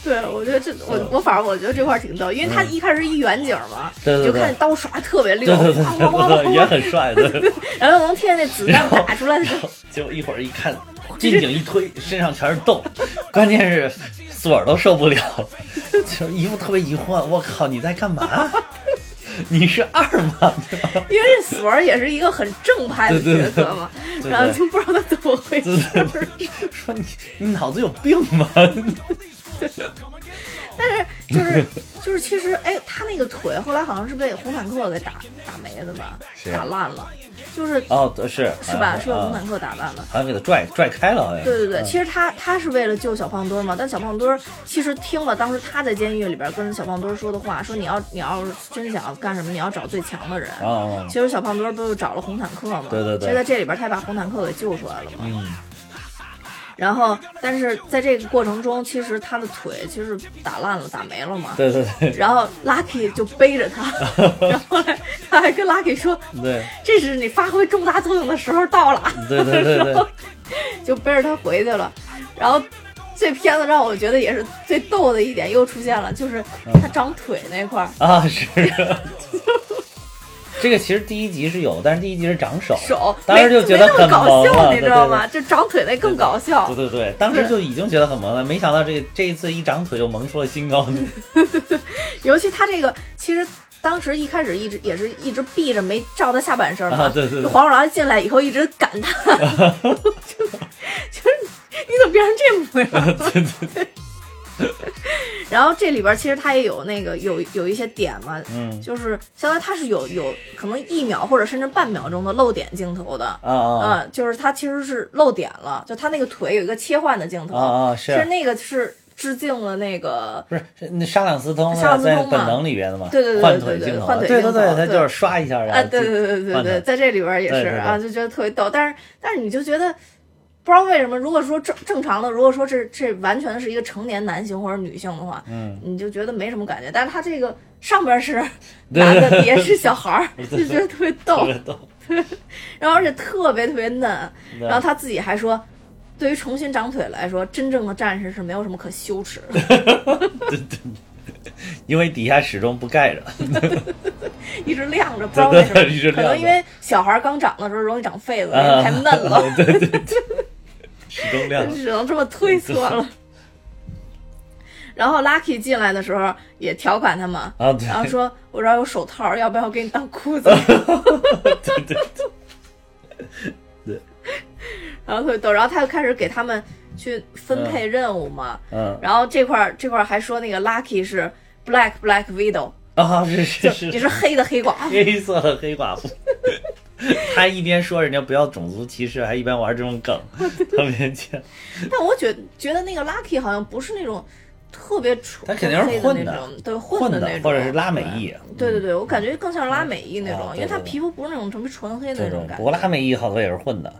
对，嗯我觉得这我我反正我觉得这块儿挺逗，因为他一开始一远景嘛，对对你就对看刀刷特别溜，对对对哗哗哗哗对 (laughs) 对，也哗，很 (laughs) 帅的。然后能听见那子然弹后打出来的时然候后， (laughs) 结果一会儿一看，近景一推，身上全是洞， (laughs) 关键是锁儿都受不了， (laughs) 就一副特别疑惑，我靠，你在干嘛？ (laughs) 你是二吗？ (laughs) 因为这索尔也是一个很正派的对对角色嘛，对然后对就不知道他怎么回对对事。说你你脑子有病吗？ (laughs) 就是就是，其实哎，他那个腿后来好像是被红坦克给打打没的吧，是打烂了，就是哦，对是是吧？好像是被红坦啊克打烂了。好像给他拽拽开了，好像对对对，嗯其实他他是为了救小胖墩儿嘛，但小胖墩儿其实听了当时他在监狱里边跟小胖墩儿说的话，说你要你要是真想干什么，你要找最强的人。哦，其实小胖墩儿不就找了红坦克嘛，对对对其实在这里边他也把红坦克给救出来了嘛。嗯，然后，但是在这个过程中，其实他的腿其实打烂了，打没了嘛。对对对 (laughs) 然后 Lucky 就背着他，然后来他还跟 Lucky 说对：“这是你发挥重大作用的时候到了。”对对对 (laughs) 对然后就背着他回去了。然后这片子让我觉得也是最逗的一点又出现了，就是嗯他长腿那块儿，啊是。 (laughs) 这个其实第一集是有，但是第一集是长手，手当时就觉得没没那很么搞萌了，笑，你知对对道对吗？就长腿那更搞笑对。对对，当时就已经觉得很萌了，没想到这这一次一长腿就萌出了新 (laughs) 高度。尤其他这个，其实当时一开始一直也是一直闭着没照他下半身嘛。啊对对对黄鼠狼进来以后一直感 (laughs) 叹，就是就是你怎么变成这模样？对对对，然后这里边其实它也有那个有有一些点嘛，嗯就是相当于它是有有可能一秒或者甚至半秒钟的漏点镜头的，啊啊嗯，就是它其实是漏点了，就它那个腿有一个切换的镜头，啊啊其实是，那个是致敬了那个。不是是那沙朗斯通沙嘛，朗斯通在嘛本能里边的嘛，对对对对换腿镜头，啊换腿对镜对头对，他对就是刷一下，啊，然后就对对对对换对，腿在这里边也对是对对啊，就觉得特别逗。但是但是你就觉得不知道为什么，如果说正正常的，如果说这这完全是一个成年男性或者女性的话，嗯，你就觉得没什么感觉。但是他这个上边 (laughs) 是对男的，也是小孩儿，就觉得特别特逗，别逗。然后而且特别特别嫩。对然后他自己还说。对于重新长腿来说，真正的战士是没有什么可羞耻 (laughs) 的，因为底下始终不盖着，一直晾着，不知道为什对对对一直么，可晾着能因为小孩儿刚长的时候容易长痱子，啊太嫩了， (laughs) 对对对，始终亮 (laughs) 着。只能这么推测了。然后 Lucky 进来的时候也调侃他嘛，啊对然后说：“我这儿有手套，要不要给你当裤子 (laughs) (laughs) 对对对，？”然后特别逗，然后他就开始给他们去分配任务嘛。嗯然后这块儿这块儿还说那个 Lucky 是 Black Black (laughs) Widow，啊是就是也是是，黑的 (laughs) 黑寡妇。黑色的黑寡妇。 (laughs) 他一边说人家不要种族歧视，还一 (laughs) 边玩这种梗，特别贱。但我觉觉得那个 Lucky 好像不是那种特别纯，他肯定是混混那的种，对混的那种，或者是拉美裔，对对对，我感觉更像拉美裔那种，啊对因为他对对皮肤不是那种特别纯黑的对那种对，感不觉。过拉美裔好多也是混的，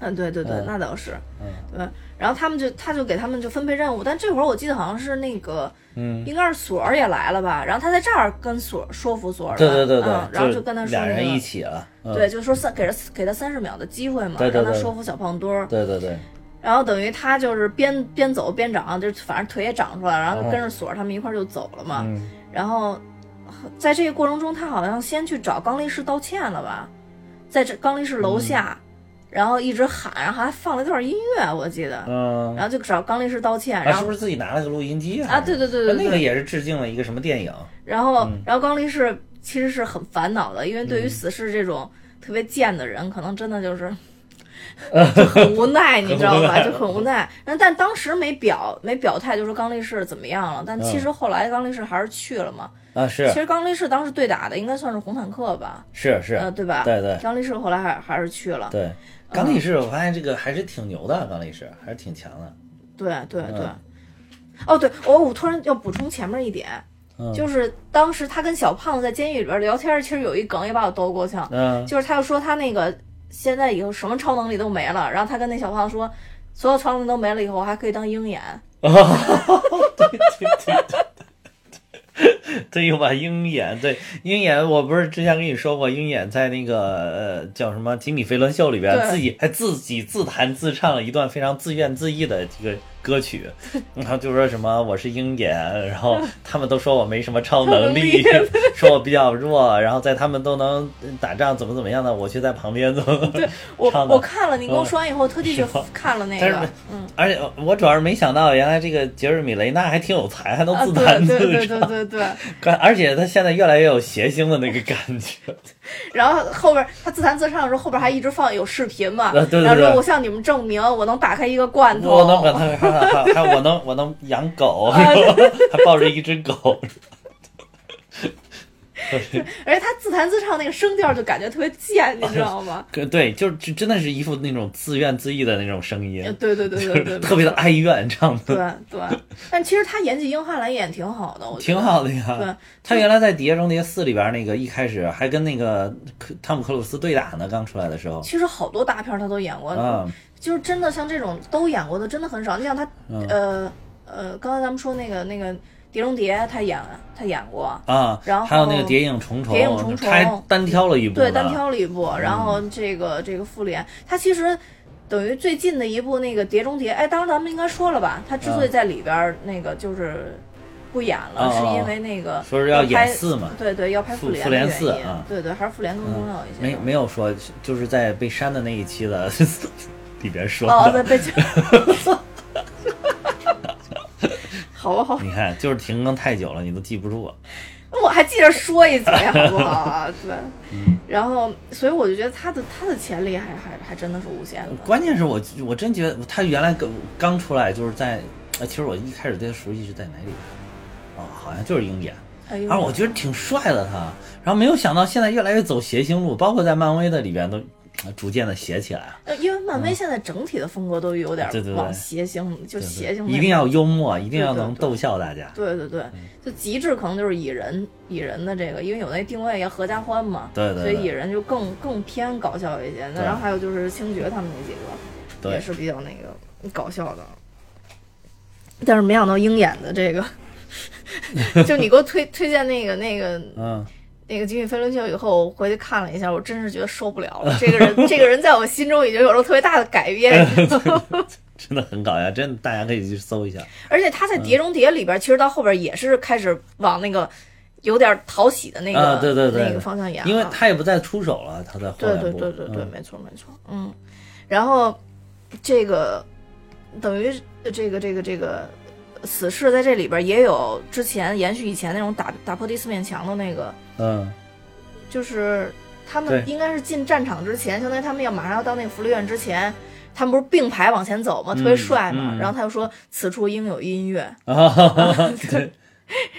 嗯，对对对，那倒是。嗯对，然后他们就他就给他们就分配任务，但这会儿我记得好像是那个，嗯，应该是索尔也来了吧？然后他在这儿跟索尔说服索尔吧，对对对对，嗯，然后是就跟他说俩那人一个。起了，嗯对，就说三给了给他三十秒的机会嘛，对对让他对说服小胖墩儿。对对对，然后等于他就是边边走边长，就反正腿也长出来了，然后哦跟着索儿他们一块儿就走了嘛。嗯然后在这个过程中，他好像先去找刚力士道歉了吧，在这刚力士楼下，嗯然后一直喊，然后还放了一段音乐，我记得，嗯，然后就找刚力士道歉，啊，然是后不。是自己拿了个录音机啊，对对对对对，那个也是致敬了一个什么电影？然后，嗯然后刚力士其实是很烦恼的，因为对于死侍这种特别贱的人，可能真的 (laughs) 就是。就很无奈，你知道吧？就很无奈。那但当时没表没表态，就说刚力士怎么样了。但其实后来刚力士还是去了嘛。啊，嗯是其实刚力士当时对打的应该算是红坦克吧，是是呃，，对吧？对对刚力士后来嗯还还是去了。对，刚力士，我发现这个还是挺牛的，刚力士还是挺强的。对对嗯对。哦，对，我、我突然要补充前面一点，嗯就是当时他跟小胖子在监狱里边聊天，其实有一梗也把我逗过呛。嗯，就是他又说他那个现在以后什么超能力都没了，然后他跟那小胖子说，所有超能力都没了以后，我还可以当鹰眼。对，又把鹰眼，对鹰眼，我不是之前跟你说过，鹰眼在那个呃叫什么《吉米·飞轮秀》里边对自己还自己自弹自唱了一段非常自怨自艾的这个歌曲，然后就说什么我是鹰眼，然后他们都说我没什么超能力，说我比较弱，然后在他们都能打仗怎么怎么样的，我却在旁边怎么我唱的我看了，你跟我说完以后，我特地去看了那但个是，而且我主要是没想到，原来这个杰瑞米·雷纳还挺有才，还能啊，自对弹对对自对唱，对对。感而且他现在越来越有谐星的那个感觉。然后后边他自弹自唱的时候，后边还一直放有视频嘛，啊对对对然后说我向你们证明，我能打开一个罐头。我能把它，还还我能我能养狗，啊然后 (laughs) 还抱着一只狗，而且他自弹自唱那个声调就感觉特别贱，你知道吗？可对，就是就真的是一副那种自怨自艾的那种声音，呃对对对对对，特别的哀怨，唱对的对。但其实他演起英汉来演挺好的，我觉得挺。好的对呀。他原来在《碟中谍四》里边那个一开始还跟那个克汤姆克鲁斯对打呢，刚出来的时候。其实好多大片儿他都演过，啊，就是真的像这种都演过的真的很少。你像他，嗯呃呃，刚才咱们说那个那个《碟中谍》，他演他演过，啊，然后还有那个谍影重重，谍影重重他还单挑了一部呢，嗯对，单挑了一部。然后这个这个复联，他其实等于最近的一部那个《碟中谍》，哎，当然咱们应该说了吧，他之嗯所以在里边儿那个就是不演了，啊是因为那个说是要拍演四嘛对对，要拍复复联复的联原四因啊对对，还是复联更重要一些。没没有说，就是在被删的那一期的 (laughs) 里边说哦，的在，被。 (laughs) 好吧，好吧你看，就是停更太久了，你都记不住啊。那我还记着说一嘴，好不好啊？对，嗯然后，所以我就觉得他的他的潜力还还还真的是无限的。关键是我我真觉得他原来刚刚出来就是在，呃，其实我一开始对他熟悉是在哪里来着？哦，好像就是鹰眼。哎呦，然后啊我觉得挺帅的他，然后没有想到现在越来越走谐星路，包括在漫威的里边都呃逐渐的写起来，呃因为漫威现在整体的风格都有点嗯对对对往邪性，就邪性那种一定要幽默，一定要对对能对逗笑大家。对对对，就极致可能就是蚁人蚁人的这个，因为有那定位要合家欢嘛，对对所对以蚁人就更更偏搞笑一些。那对然后还有就是星爵他们那几个也对，是比较那个搞笑的，但是没想到鹰眼的这个。 (laughs) 就你给我推推荐那个那个嗯，那个《极品飞轮秀》以后，我回去看了一下，我真是觉得受不了了。这个人，这个人在我心中已经有了特别大的改变，真的很搞笑，真的大家可以去搜一下。而且他嗯在《碟中谍》里边，其实到后边也是开始往那个有点讨喜的那个、啊对对对那个方向演了，因为他也不再出手了，他在后对两对部。对对对，嗯没错没错，嗯，然后这个等于这个这个这个死侍在这里边也有之前延续以前那种打打破第四面墙的那个，嗯，就是他们对应该是进战场之前，相当于他们要马上要到那个福利院之前，他们不是并排往前走吗？特别帅嘛。嗯然后他就说：“此处应有音乐。 (laughs) 啊，对，”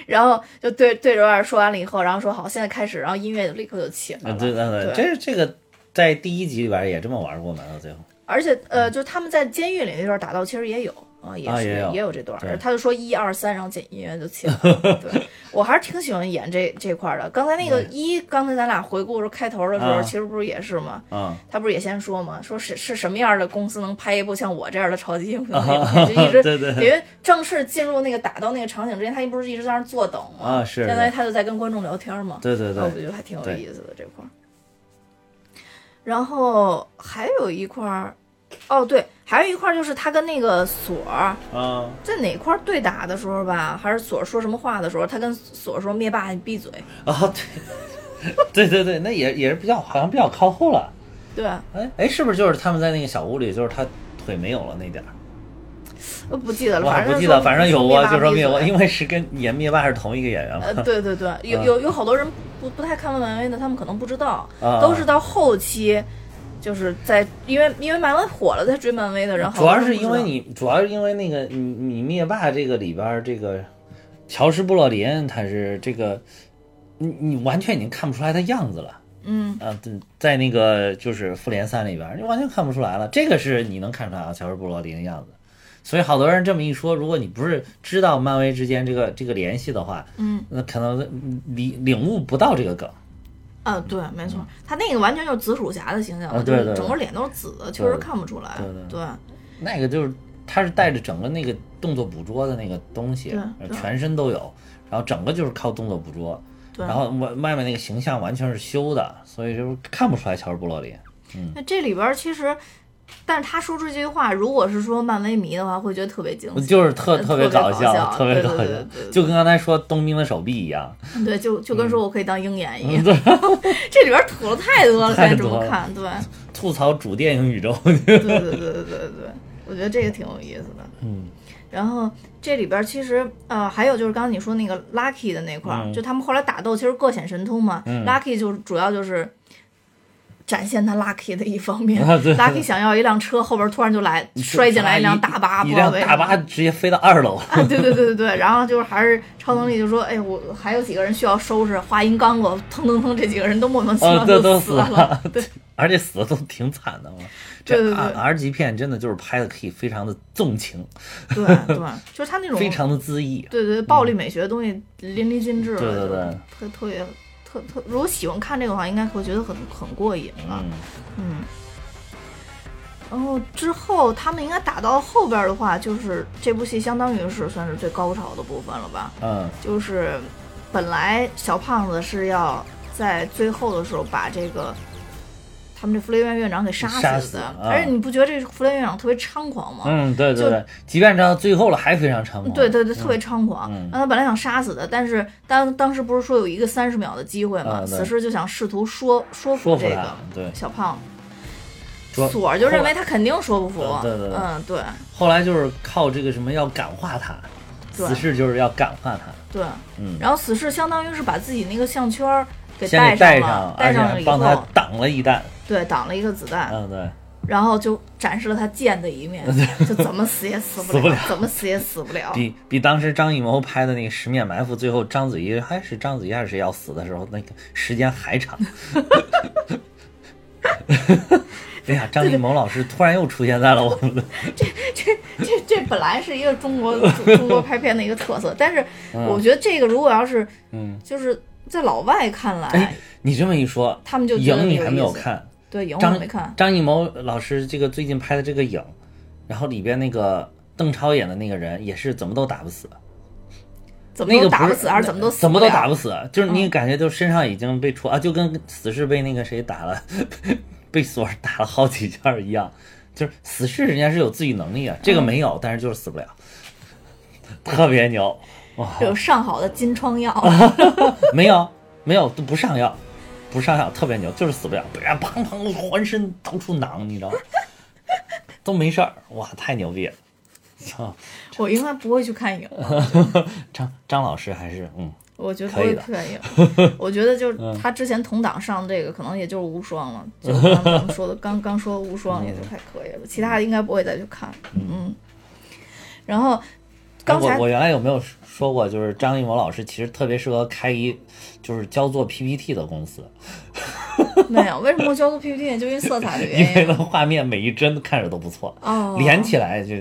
然后就对对着外说完了以后，然后说：“好，现在开始。”然后音乐就立刻就起来啊了。对对对，这这个在第一集里边也这么玩过嘛，到最后。而且呃，就他们在监狱里那段打斗其实也有，啊，也嗯啊是、也有也有这段对儿，他就说一二三，然后剪音乐就切了。 (laughs) 对我还是挺喜欢演这这块儿的。刚才那个对一，刚才咱俩回顾的时候开头的时候，啊其实不是也是吗？嗯，他不是也先说吗？说是是什么样的公司能拍一部像我这样的超级英雄啊电影？就一直 (laughs) 对对因为正式进入那个打斗那个场景之前，他不是一直在那儿坐等吗？啊是相当于他就在跟观众聊天嘛。对对那我对，觉得还挺有对意思的这块儿。然后还有一块儿，哦对，还有一块儿就是他跟那个锁儿嗯，在哪块儿对打的时候吧，还是锁儿说什么话的时候，他跟锁说灭霸你闭嘴， (laughs) 啊对，对 (laughs) 对对，那也也是比较好像比较靠后了，对，哎哎，是不是就是他们在那个小屋里，就是他腿没有了那点儿？我不记得了，我还反正不就记说得，反正有灭过，霸就说闭灭霸，嘴因为是跟演灭霸是同一个演员呃，嘛。对对对，有嗯有有好多人不不太看漫威的，他们可能不知道，啊都是到后期，就是在因为因为漫威火了，在追漫威的人，好主多要人是不因知为道你，主要是因为那个你你灭霸这个里边儿这个乔什布洛林，他是这个你你完全已经看不出来他样子了。嗯啊，对在那个就是复联三里边儿，你完全看不出来了。这个是你能看出来啊，乔什布洛林的样子。所以好多人这么一说，如果你不是知道漫威之间这个这个联系的话，嗯，那可能领领悟不到这个梗。啊，对，没错，他那个完全就是紫薯侠的形象，嗯啊对就是对整个脸都是紫的，确实对看不出来。对对对那个就是他是带着整个那个动作捕捉的那个东西对，呃对全身都有，然后整个就是靠动作捕捉，对然后外外面那个形象完全是修的，所以就是看不出来乔治布洛林。嗯那这里边儿其实，但是他说这句话，如果是说漫威迷的话，会觉得特别惊喜，嗯就是特呃特特别别搞笑，笑，特别对搞对笑对对，对就跟刚才说冬兵的手臂一样。对，就就跟嗯说我可以当鹰眼一样， (laughs) 这里边儿吐了太多了， (laughs) 太看怎多么了看，对，吐槽主电影宇宙，对对对对对对，我觉得这个挺有意思的，嗯。然后这里边儿其实呃，还有就是刚刚你说那个 Lucky 的那块嗯儿，就他们后来打斗其实各显神通嘛、l u c k y 就是主要就是展现他 Lucky 的一方面、啊对 l u c k y 想要一辆车，后边儿突然就来摔进来一辆大巴，一不一知道辆为什大么巴直接飞到二楼。 (laughs) 啊，对对对对对，然后就是还是超能力就说，哎，我还有几个人需要收拾，话音刚落，腾腾腾，这几个人都莫名其啊，妙这就都死死了，了， (laughs) 对，而且死的都挺惨的嘛。对这对对 R R 级片真的就是拍的可以非常的纵情，对对，就是他那种非常的恣意。对对暴力美学的东西淋漓尽致了，嗯对对对就是特特别特特，如果喜欢看这个的话，应该会觉得很很过瘾了，嗯，嗯。然后之后他们应该打到后边儿的话，就是这部戏相当于是算是最高潮的部分了吧？嗯，就是本来小胖子是要在最后的时候把这个他们这福利院院长给杀死的，杀死啊而且你不觉得这福利院院长特别猖狂吗？嗯，对对啊就对，即便到最后了，还非常猖狂。对对对，特别猖狂。嗯然后他本来想杀死的，但是当当时不是说有一个三十秒的机会吗？啊对死士就想试图说说服说服这他个，对，小胖子。说锁就认为他肯定说不服，对对对嗯，对后来就是靠这个什么要感化他，对死士就是要感化他，对，嗯然后死士相当于是把自己那个项圈儿给先给带戴上了，，而戴且上了还以帮他后，啊挡了一弹。对，挡了一个子弹，嗯，对，然后就展示了他贱的一 (laughs) 面，就怎么死也死不死了，不了怎么死也死不 (laughs) 了。比比当时张艺谋拍的那个《十面埋伏》，最后章子怡还是章子怡还是谁要死的时候，那个时间 (laughs) 还长。 (laughs) 哎呀，张艺谋老师突然又出现在了我们的，这这这本来是一个中国中国拍片的一个特色，但是我觉得这个如果要是，嗯，就是在老外看哎来，，你这么一说，他们就觉得影你有还意没有思看，对，影我张没看，张艺谋老师这个最近拍的这个影，然后里边那个邓超演的那个人也是怎么都打不死，怎么那都个打不不是死，还是怎么都死怎么都了嗯打不死，就是你感觉就身上已经被戳、啊，就跟死侍被那个谁打了， (laughs) 被索尔打了好几下一样，就是死侍人家是有自愈能力啊，嗯这个没有，但是就是死不了，特别牛，有上好的金疮药， (laughs) 没有没有都不上药，不上药特别牛，就是死不了，被人家砰砰浑身到处囊，你知道吗？都没事儿，哇，太牛逼了！我应该不会去看影，张张老师还是嗯，我觉得不可以会的嗯去看 (laughs) 影。我觉得就是他之前同档上这个，可能也就是无双了，就刚刚咱们说的，刚刚说无双也就嗯还可以了，其他的应该不会再去看，嗯。然后刚才哎我我原来有没有说过，就是张艺谋老师其实特别适合开一就是教做 PPT 的公司，没有，为什么我交个 PPT 就因为色彩的因为原因？呢画面每一帧看着都不错，哦，连起来就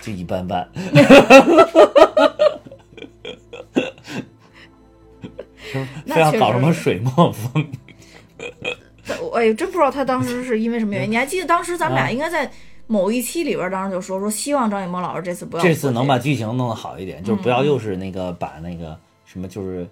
就一般般。是那非要确搞实什么水墨风？我也真不知道他当时是因为什么原因。你还记得当时咱们俩嗯应该在某一期里边，当时就说说希望张艺谋老师这次不要这次做能个把剧情弄得好一点，就是嗯不要又是那个把那个什么就是，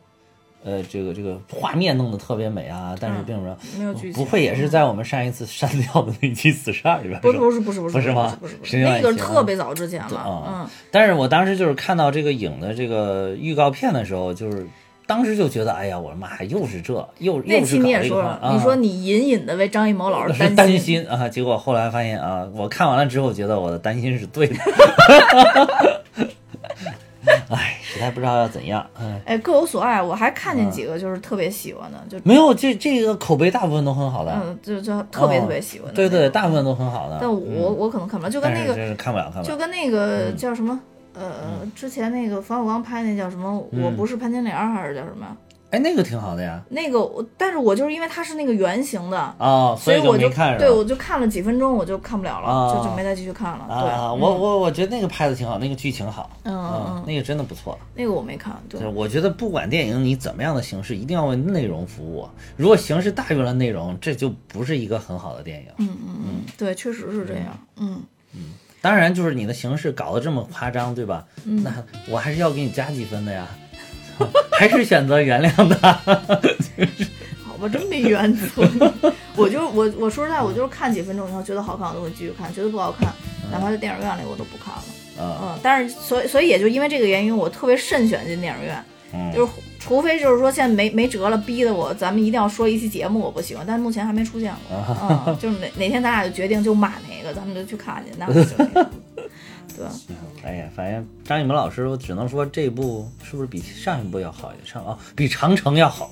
呃，这个这个画面弄得特别美啊，但是嗯并不是没有剧情，嗯不会也是在我们上一次删掉的那期四十二里边不说是不是不是不是不是吗不是不是是另外那一个是期特啊别早之前了啊，嗯，但是我当时就是看到这个影的这个预告片的时候，就是当时就觉得，哎呀，我的妈，又是这，又那又期是你搞也这说个了，啊、你说你隐隐的为张艺谋老我师是担担心啊，结果后来发现啊，我看完了之后觉得我的担心是对的， (laughs) 哎，实在不知道要怎样，嗯。哎，各有所爱。我还看见几个就是特别喜欢的，就没有，这这个口碑大部分都很好的，嗯，就就特别哦特别喜欢的那对种。对，大部分都很好的。但我嗯我可能看不了，就跟但那是嗯个真是看不了，看不就了。跟那个叫什么嗯呃，之前那个冯小刚拍那叫什么？我不是潘金莲儿还是叫什么呀？哎，那个挺好的呀，那个我，但是我就是因为它是那个圆形的，哦，所以就我就没看是吧？对我就看了几分钟，我就看不了了，啊就就没再继续看了。对，啊，嗯我我我觉得那个拍的挺好，那个剧情好，嗯嗯嗯，那个真的不错。那个我没看，对就是我觉得不管电影你怎么样的形式，一定要为内容服务。如果形式大于了内容，这就不是一个很好的电影。嗯对，确实是这样。嗯，当然，就是你的形式搞得这么夸张，对吧？嗯那我还是要给你加几分的呀， (laughs) 还是选择原谅 (laughs) 他。嗯好吧，真没原则。 (laughs) 我就我我说实在，我就是看几分钟以后觉得好看，我就会继续看；觉得不好看，哪怕在电影院里我都不看了。啊，嗯，但是所以所以也就因为这个原因，我特别慎选进电影院，嗯就是除非就是说现在没没辙了，逼得我咱们一定要说一期节目，我不喜欢，但目前还没出现过。啊嗯，就是哪哪天咱俩就决定就买哪个，咱们就去看去，那就是那 (laughs) 个。对，哎呀，反正张艺谋老师，我只能说这部是不是比上一部要好一点？上啊，比《长城》要好。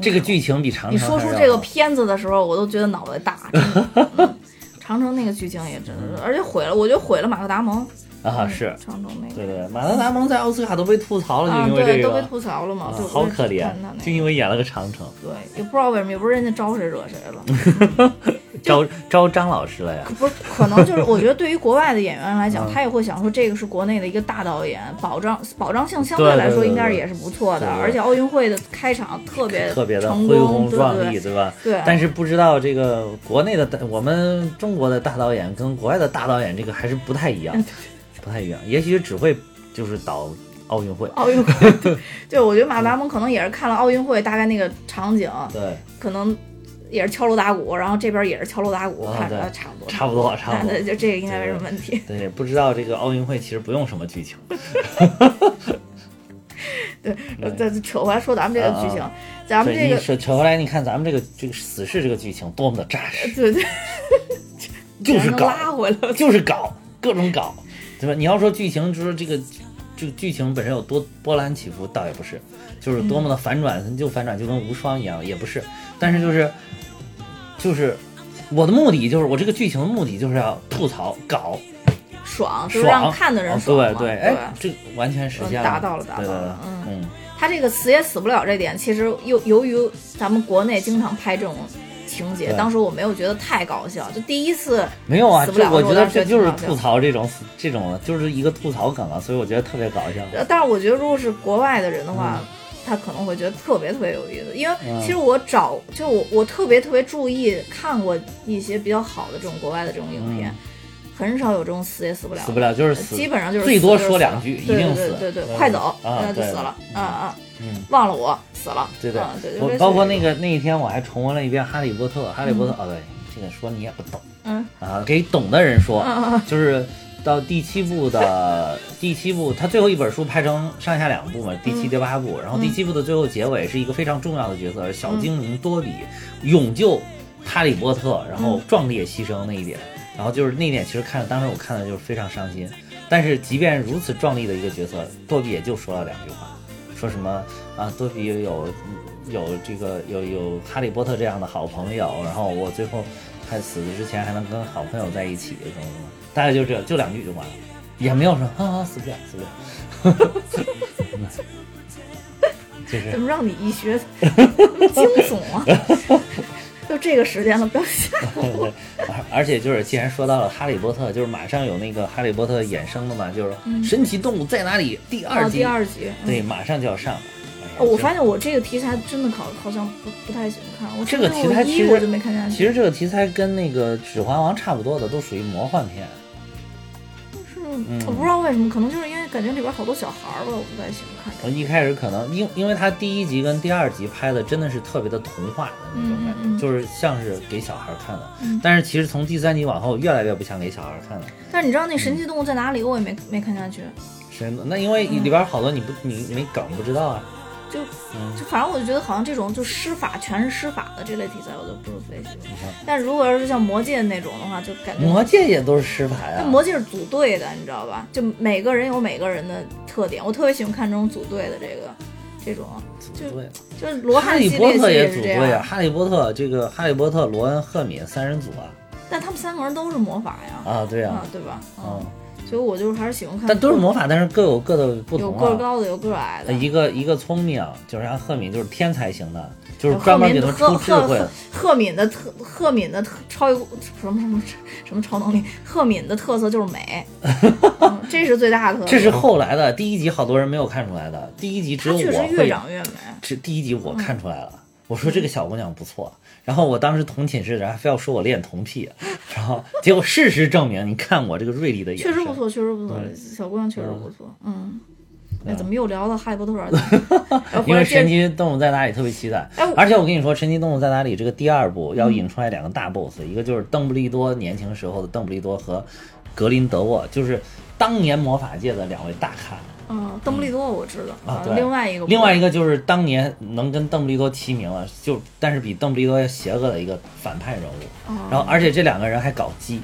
这个剧情比《长城》你说出还是要这个好片子的时候，我都觉得脑袋大。真的 (laughs) 嗯长城那个剧情也真是，而且毁了，我觉得毁了马克达蒙。嗯啊，是长城那个对对，对马德达蒙在奥斯卡都被吐槽了，啊，就因为对，这都个，被吐槽了嘛，啊对，好我就可怜看他，那就个因为演了个长城，对，也不知道为什么，也不知道人家招谁惹谁了。招招张老师了呀。不是，可能就是我觉 (laughs) 得对于国外的演员来嗯讲，他也会想说这个是国内的一个大导演，保障保障性相对对来说对对应该是对也是不错的，对对而且奥运会的开场特别特别的成恢功，宏对壮对丽，对。对吧？对但是不知道这个国内的大我们中国的大导演跟国外的大导演这个还是不太一 (laughs) 样，不太一样。也许只会就是导奥运会，奥运会， (laughs) 对对，我觉得马达蒙可能也是看了奥运会大概那个场景，对，可能也是敲锣打鼓，然后这边也是敲锣打鼓，啊看对着差不多，差不多，差那 (laughs) 不多那。就这个应该没什么问题。对，不知道这个奥运会其实不用什么剧情，对，对再扯回来说咱们这个剧情啊，咱们对，这你个扯扯回来，你看咱们这个这个死侍这个剧情多么的扎实，对对，就是 (laughs) 全都搞，拉回来了。就是搞，各种搞，对吧？你要说剧情，就是这个这个剧情本身有多波澜起伏，倒也不是，就是多嗯么的反转，就反转就跟无双一样，也不是。但是就是就是我的目的就是我这个剧情的目的就是要吐槽搞爽，就是让爽，看的人啊爽对嘛。对，对哎，这完全实现嗯了，达到了达到对对对了嗯嗯他这个死也死不了这点，其实由由于咱们国内经常拍这种情节，对当时我没有觉得太搞笑，就第一次没有啊，死不了这我觉我得当时这就是觉得吐槽这种这种的，就是一个吐槽梗啊，所以我觉得特别搞笑。呃但是我觉得，如果是国外的人的话，他可能会觉得特别特别有意思，因为嗯其实我找就我我特别特别注意看过一些比较好的这种国外的这种影片，很少有这种死也死不了的，嗯呃死不了就是死，基本上就是最死多就说死两了句一对定对死对对对，嗯快走，啊那就对死了，啊啊，嗯，忘了我死了，对对嗯、对，就我类似包括于那个那一天我还重温了一遍《哈利波特》，哈利波特哦对，这个说你也不懂，嗯啊，给懂的人说，就是到第七部的 (laughs) 第七部，他最后一本书拍成上下两部嗯嘛，第七、第八部，然后第七部的最后结尾是一个非常重要的角色，小精灵多比嗯勇救哈利波特，然后壮烈牺牲那一点，然后就是那一点其实看当时我看的就是非常伤心，但是即便如此壮丽的一个角色，多比也就说了两句话，说什么啊，多比有有这个有有哈利波特这样的好朋友，然后我最后还死之前还能跟好朋友在一起，什么什么，大概就这就两句就完了，也没有说啊死不了死不了，就是 (laughs) (laughs) 怎么让你一学惊悚啊？ (laughs) 这个时间了，不要吓我。对，而而且就是，既然说到了《哈利波特》，就是马上有那个《哈利波特》衍生的嘛，就是《神奇动物在哪里》第 (laughs) 二嗯哦，季，第二集，嗯对，马上就要上了。哎呀哦，我这发现我这个题材真的好，好像不不太喜欢看。我这个从题材六一其实我就没看下去。其实这个题材跟那个《指环王》差不多的，都属于魔幻片。是，嗯嗯我不知道为什么，可能就是因为感觉里边好多小孩儿吧，我不太喜欢看这我个。一开始可能因因为它第一集跟第二集拍的真的是特别的童话的那嗯种感觉，就是像是给小孩看的。但是其实从第三集往后，越来越不像给小孩看了。但是你知道那《嗯神奇动物在哪里》我也没没看下去，真的，那因为嗯里边好多你不你没梗不知道啊。就嗯就反正我就觉得好像这种就施法全是施法的这类题材，我就不是特别喜欢。但如果要是像魔戒那种的话，就感觉魔戒也都是失牌啊但。魔戒是组队的，你知道吧？就每个人有每个人的特点，我特别喜欢看这种组队的这个这种，就对，就是罗哈汉利系波列特系也列组是这队啊，样，哈利波特这个哈利波特、罗恩、赫敏三人组啊但他们三个人都是魔法呀，啊，对啊啊，，对吧？嗯，所以我就还是喜欢看，但都是魔法，但是各有各的不有同个儿啊。高的，有个儿矮的。一个一个聪明，就是像赫敏，就是天才型的，就是赫专门给敏他赫出智赫慧赫的。赫敏的特赫敏的特超什么什么什么超能力，赫敏的特色就是 (laughs) 美，嗯这是最大的特色。这是后来的第一集，好多人没有看出来的。第一集只她有确我实会越嗯长越美。这第一集我看出来了，我说这个小姑娘不错。然后我当时同寝室的人还非要说我恋童癖，然后结果事实证明，你看我这个锐利的眼确神，实不错，确实不错，小姑娘确实不错，嗯。哎，怎么又聊到哈利波特了？ (laughs) 然后回因来为《接神着，奇动物在哪里》特别期待哎我，而且我跟你说，《神奇动物在哪里》这个第二部要引出来两个大 boss，、一个就是邓布利多年轻时候的邓布利多和格林德沃，就是当年魔法界的两位大咖。嗯，邓布利多我知道，啊，啊对，另外一个，另外一个，个就是当年能跟邓布利多齐名了，就但是比邓布利多要邪恶的一个反派人物。然后，而且这两个人还搞基，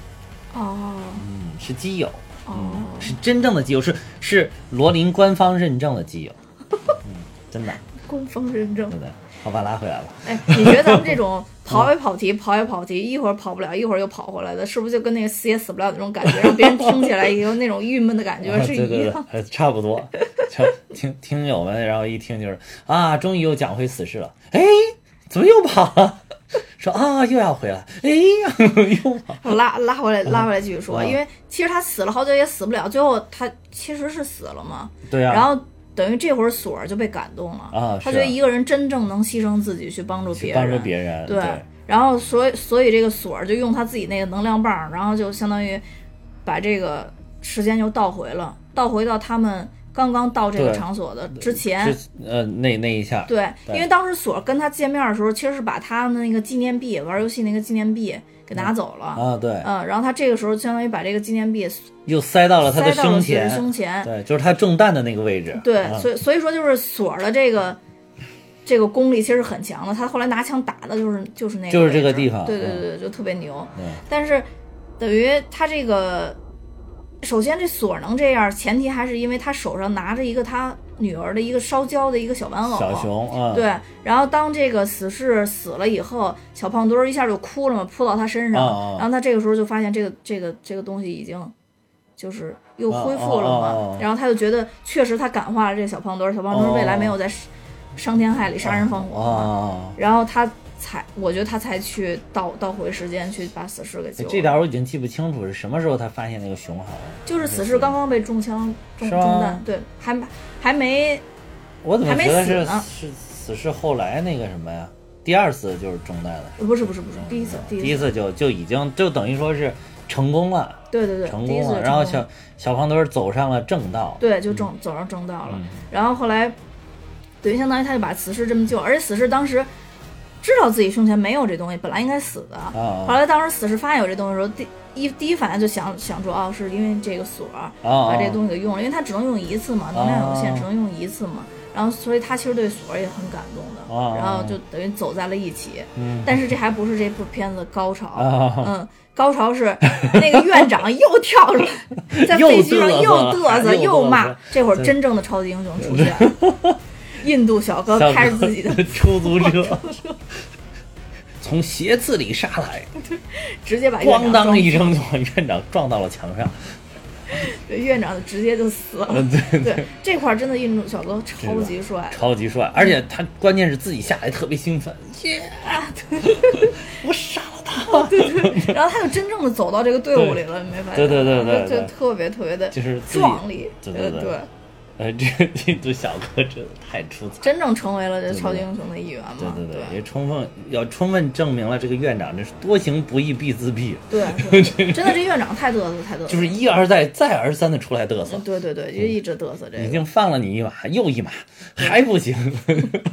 哦嗯，是基友，哦，是真正的基友，是是罗琳官方认证的基友，嗯，真的，官方认证对。不对？好吧，拉回来了。哎，你觉得咱们这嗯种跑也跑题，跑也跑题，一会儿跑不了，一会儿又跑回来的，是不是就跟那个死也死不了那种感觉，让别人听起来也有那种郁闷的感觉是对一对对 (laughs) 样？，呃差不多。就听听友们，然后一听就是啊，终于又讲回死侍了。哎，怎么又跑了？ (laughs) 说啊，又要回来。哎， (laughs) 又跑。我拉拉回来，拉回来继续说，嗯因为其实他死了好久也死不了，最后他其实是死了嘛， (laughs) 对啊。然后等于这会儿索尔就被感动了啊他是觉得一个人真正能牺牲自己去帮助别去人，帮助别人。对。然后所以所以这个索尔就用他自己那个能量棒，然后就相当于把这个时间又倒回了，倒回到他们刚刚到这个对场所的之前。是呃那那一下，对，对因为当时索尔跟他见面的时候，其实是把他的那个纪念币，玩游戏那个纪念币给拿走了。啊对，嗯，然后他这个时候相当于把这个纪念币又塞到了他的塞到胸了自己的前，胸前，对，就是他中弹的那个位置。对，啊所以所以说就是索尔的这个这个功力其实很强的，他后来拿枪打的就是就是那个就是这个位置地方对对嗯对，对就特别牛。对但是等于他这个，首先这索尔能这样，前提还是因为他手上拿着一个他女儿的一个烧焦的一个小玩偶，小熊啊，对，然后当这个死士死了以后，小胖墩儿一下就哭了嘛，扑到他身上，哦哦然后他这个时候就发现这个这个这个东西已经就是又恢复了嘛，哦哦哦哦然后他就觉得确实他感化了这个小胖墩儿，小胖墩儿未来没哦有在伤天害理、杀人放火嘛，啊，然后他才我觉得他才去倒倒回时间去把死士给救了，哎这点我已经记不清楚是什么时候他发现那个熊好像，就是死士刚刚被中枪中是吗中弹，对，还还没我怎么还没觉得死是呢是死是后来那个什么呀？第二次就是中弹了，不是不是不是第一次嗯第一一次，次就就已经就等于说是成功了，对对对，成第一功次了。就然后成功了小小胖墩儿走上了正道，对，就正走上正道了。然后后来，等于相当于他就把死士这么救，而且死士当时知道自己胸前没有这东西，本来应该死的。啊后来当时死士发现有这东西的时候，第一第一反应就想想说，哦，是因为这个锁儿啊把这东西给用了，因为他只能用一次嘛，能量有限，只能用一次嘛。然后，所以他其实对锁儿也很感动的，啊然后就等于走在了一起。但是这还不是这部片子的高潮，啊嗯，高潮是那个院长又跳出来，在飞机上又嘚瑟又嘚瑟又嘚骂瑟，这会儿真正的超级英雄出现了，印度小哥小开着自己的 (laughs) 出租车，从斜刺里杀来，直接把院咣长当哎撞一声就把院长撞到了墙上。对院长直接就死了。嗯，对，对，这块儿真的印度小哥超级帅，超级帅，而且他关键是自己下来特别兴奋，耶、啊 (laughs) 我杀了他，然后他就真正的走到这个队伍里了，你没发现？对对对对就对就特别特别的，就是自己壮丽，对对对对呃，这个印度小哥真的太出彩了。真正成为了这超级英雄的一员嘛，对对对，也啊对充分要充分证明了这个院长这是多行不义必自毙，对 (laughs) 对，真的这院长太嘚瑟太嘚瑟，就是一嗯而再再而三的出来嘚瑟，对对对，就一直嘚瑟这已个。经放了你一马又一马，嗯还不行， (laughs)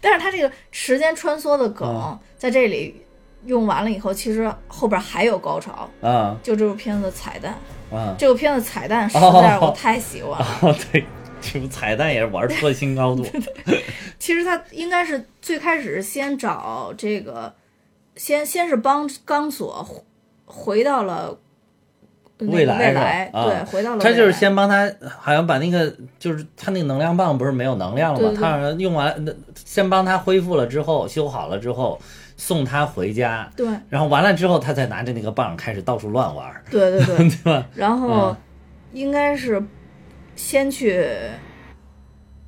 但是他这个时间穿梭的嗯梗在这里用完了以后，其实后边还有高潮，啊就这部片子的彩蛋，啊！ (laughs) 这部片子彩蛋实在是我太喜欢了。哦，对，这不彩蛋也是玩出了新高 (laughs) 度，其实他应该是最开始是先找这个，先先是帮钢索回回到了那个未来未是吧来啊对，回到了他就未是来先帮他，好像把那个就是他那个能量棒不是没有能量了对吗对？对他好像用完了，那先帮他恢复了之后，修好了之后，送他回家，对然后完了之后，他再拿着那个棒开始到处乱玩，对对 (laughs) 对，对吧？然后嗯应该是先去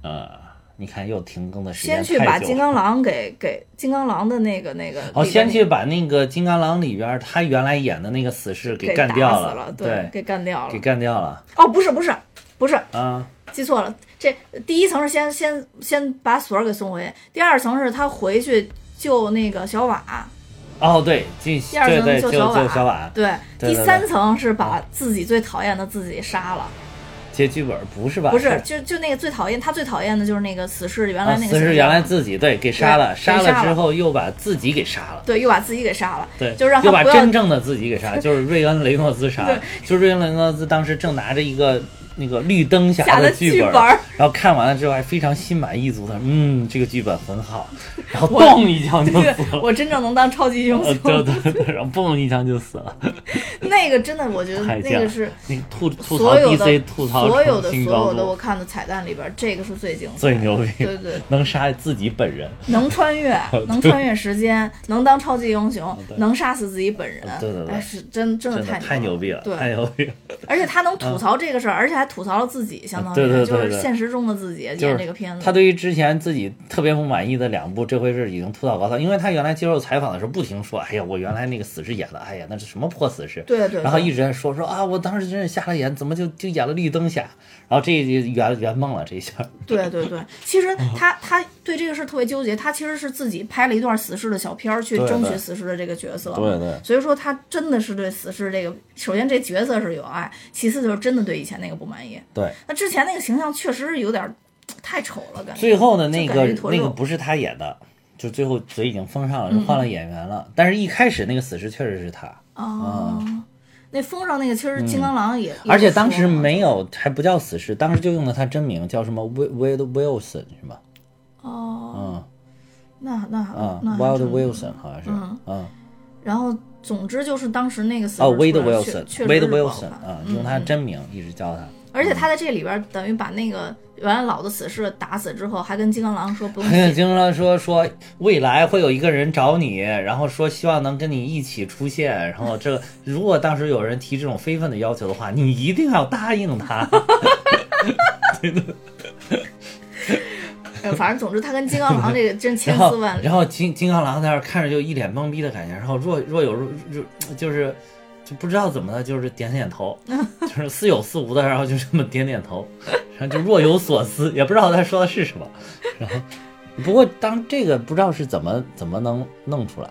呃，你看又停更的时间先去太把久金了刚狼给给金刚狼的那个那个哦，那个先去把那个《金刚狼》里边儿他原来演的那个死士给干打掉死了，对，对，给干掉了给。干掉了哦，不是不是不是，啊！记错了，这第一层是先先先把索尔给送回去，第二层是他回去救那个小瓦，哦，对，进第二对层对，救就小就瓦，小婉，对，对第对嗯三层是把自己最讨厌的自己杀了，接剧本不是吧？不是，就就那个最讨厌他最讨厌的就是那个死士原来啊，那个死小士娃原来自己对给杀了，对杀给杀了之了后又把自己给杀了。对又把自己给杀了，对，就让又他把不要真正的自己给杀，就是瑞恩·雷诺兹杀的，就是瑞恩·雷诺兹当时正拿着一个那个绿灯侠侠的剧剧本本儿，然后看完了之后还非常心满意足的，嗯，这个剧本很好， (laughs) 然后咚一枪就对死了，我真正能当超级英呃，雄，对对对，然后嘣一枪就死了，那个真的我觉得太嗯那像个是那个吐吐槽所有的 DC 吐槽所有的出所新高有的我度，看的彩蛋里边，这个是最精彩的，最牛逼，对对。能杀自己本人，能穿 (laughs) 越，能穿越时间，能当超级英雄，能杀死自己本人， (laughs) 对对对哎，是真真的真的太太牛逼了，对，太牛逼了，而且他能吐槽这个事儿，而且还吐槽了自己，相当于对对对对就是现实中的自己演就是这个片子。他对于之前自己特别不满意的两部，这回是已经吐到高潮，因为他原来接受采访的时候不停说，哎呀，我原来那个死侍演的，哎呀，那是什么破死侍，对对对然后一直在说说啊，我当时真是瞎了眼，怎么就就演了绿灯侠，然后这一集圆圆梦了这一下，对对对，其实他他对这个事儿特别纠结，他其实是自己拍了一段死侍的小片儿去对对争取死侍的这个角色。对对所以说他真的是对死侍这个，首先这角色是有爱，其次就是真的对以前那个不满意。对。那之前那个形象确实是有点儿太丑了，感觉。最后的就那感个觉一坨那个肉嗯不是他演的，就最后嘴已经封上了，是换了演员了。但是一开始那个死侍确实是他，哦，那封上那个其实金刚狼也，啊嗯而且当时也说了没有还不叫死侍，当时就用了他真名，叫什么 Wild Wilson 是吗？哦，嗯那那啊那还，Wild 真 Wilson 好像是，嗯嗯然后总之就是当时那个死哦士出来，Wade 确 Wilson 确实是 Wade 不好 Wilson 看啊，嗯用他真名一直叫他。而且他在这里边等于把那个原来老的死士打死之后，还跟金刚狼说不用很有谢，经常说说未来会有一个人找你，然后说希望能跟你一起出现，然后这如果当时有人提这种非分的要求的话，你一定要答应他。呃反 (laughs) 正总之他跟金刚狼这个真千然丝后万，缕然。后金金刚狼在那儿看着就一脸懵逼的感觉，然后若若有若若就是就不知道怎么的，就是点点 (laughs) 头，就是似有似无的，然后就这么点点头，然后就若有所思，也不知道他说的是什么。然后，不过当这个不知道是怎么怎么能弄出来，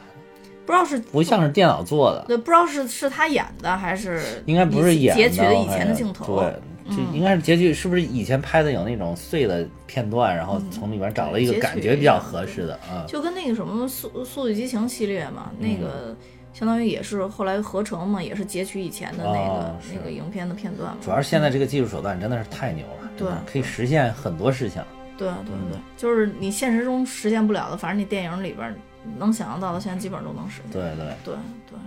不知道是不像是电脑做的，对，不知道是是他演的还是应该不是演的，截取的以前好的像镜头。嗯对。就应该是截取，是不是以前拍的有那种碎的片段，然后从里面找了一个嗯截取感觉比较合适的啊？嗯就跟那个什么《速速度与激情》系列嘛，那个相当于也是后来合成嘛，也是截取以前的那个、哦是那个影片的片段嘛。主要是现在这个技术手段真的是太牛了，对真的可以实现很多事情。对对对，嗯就是你现实中实现不了的，反正你电影里边能想象到的，现在基本上都能实现。对对，对对。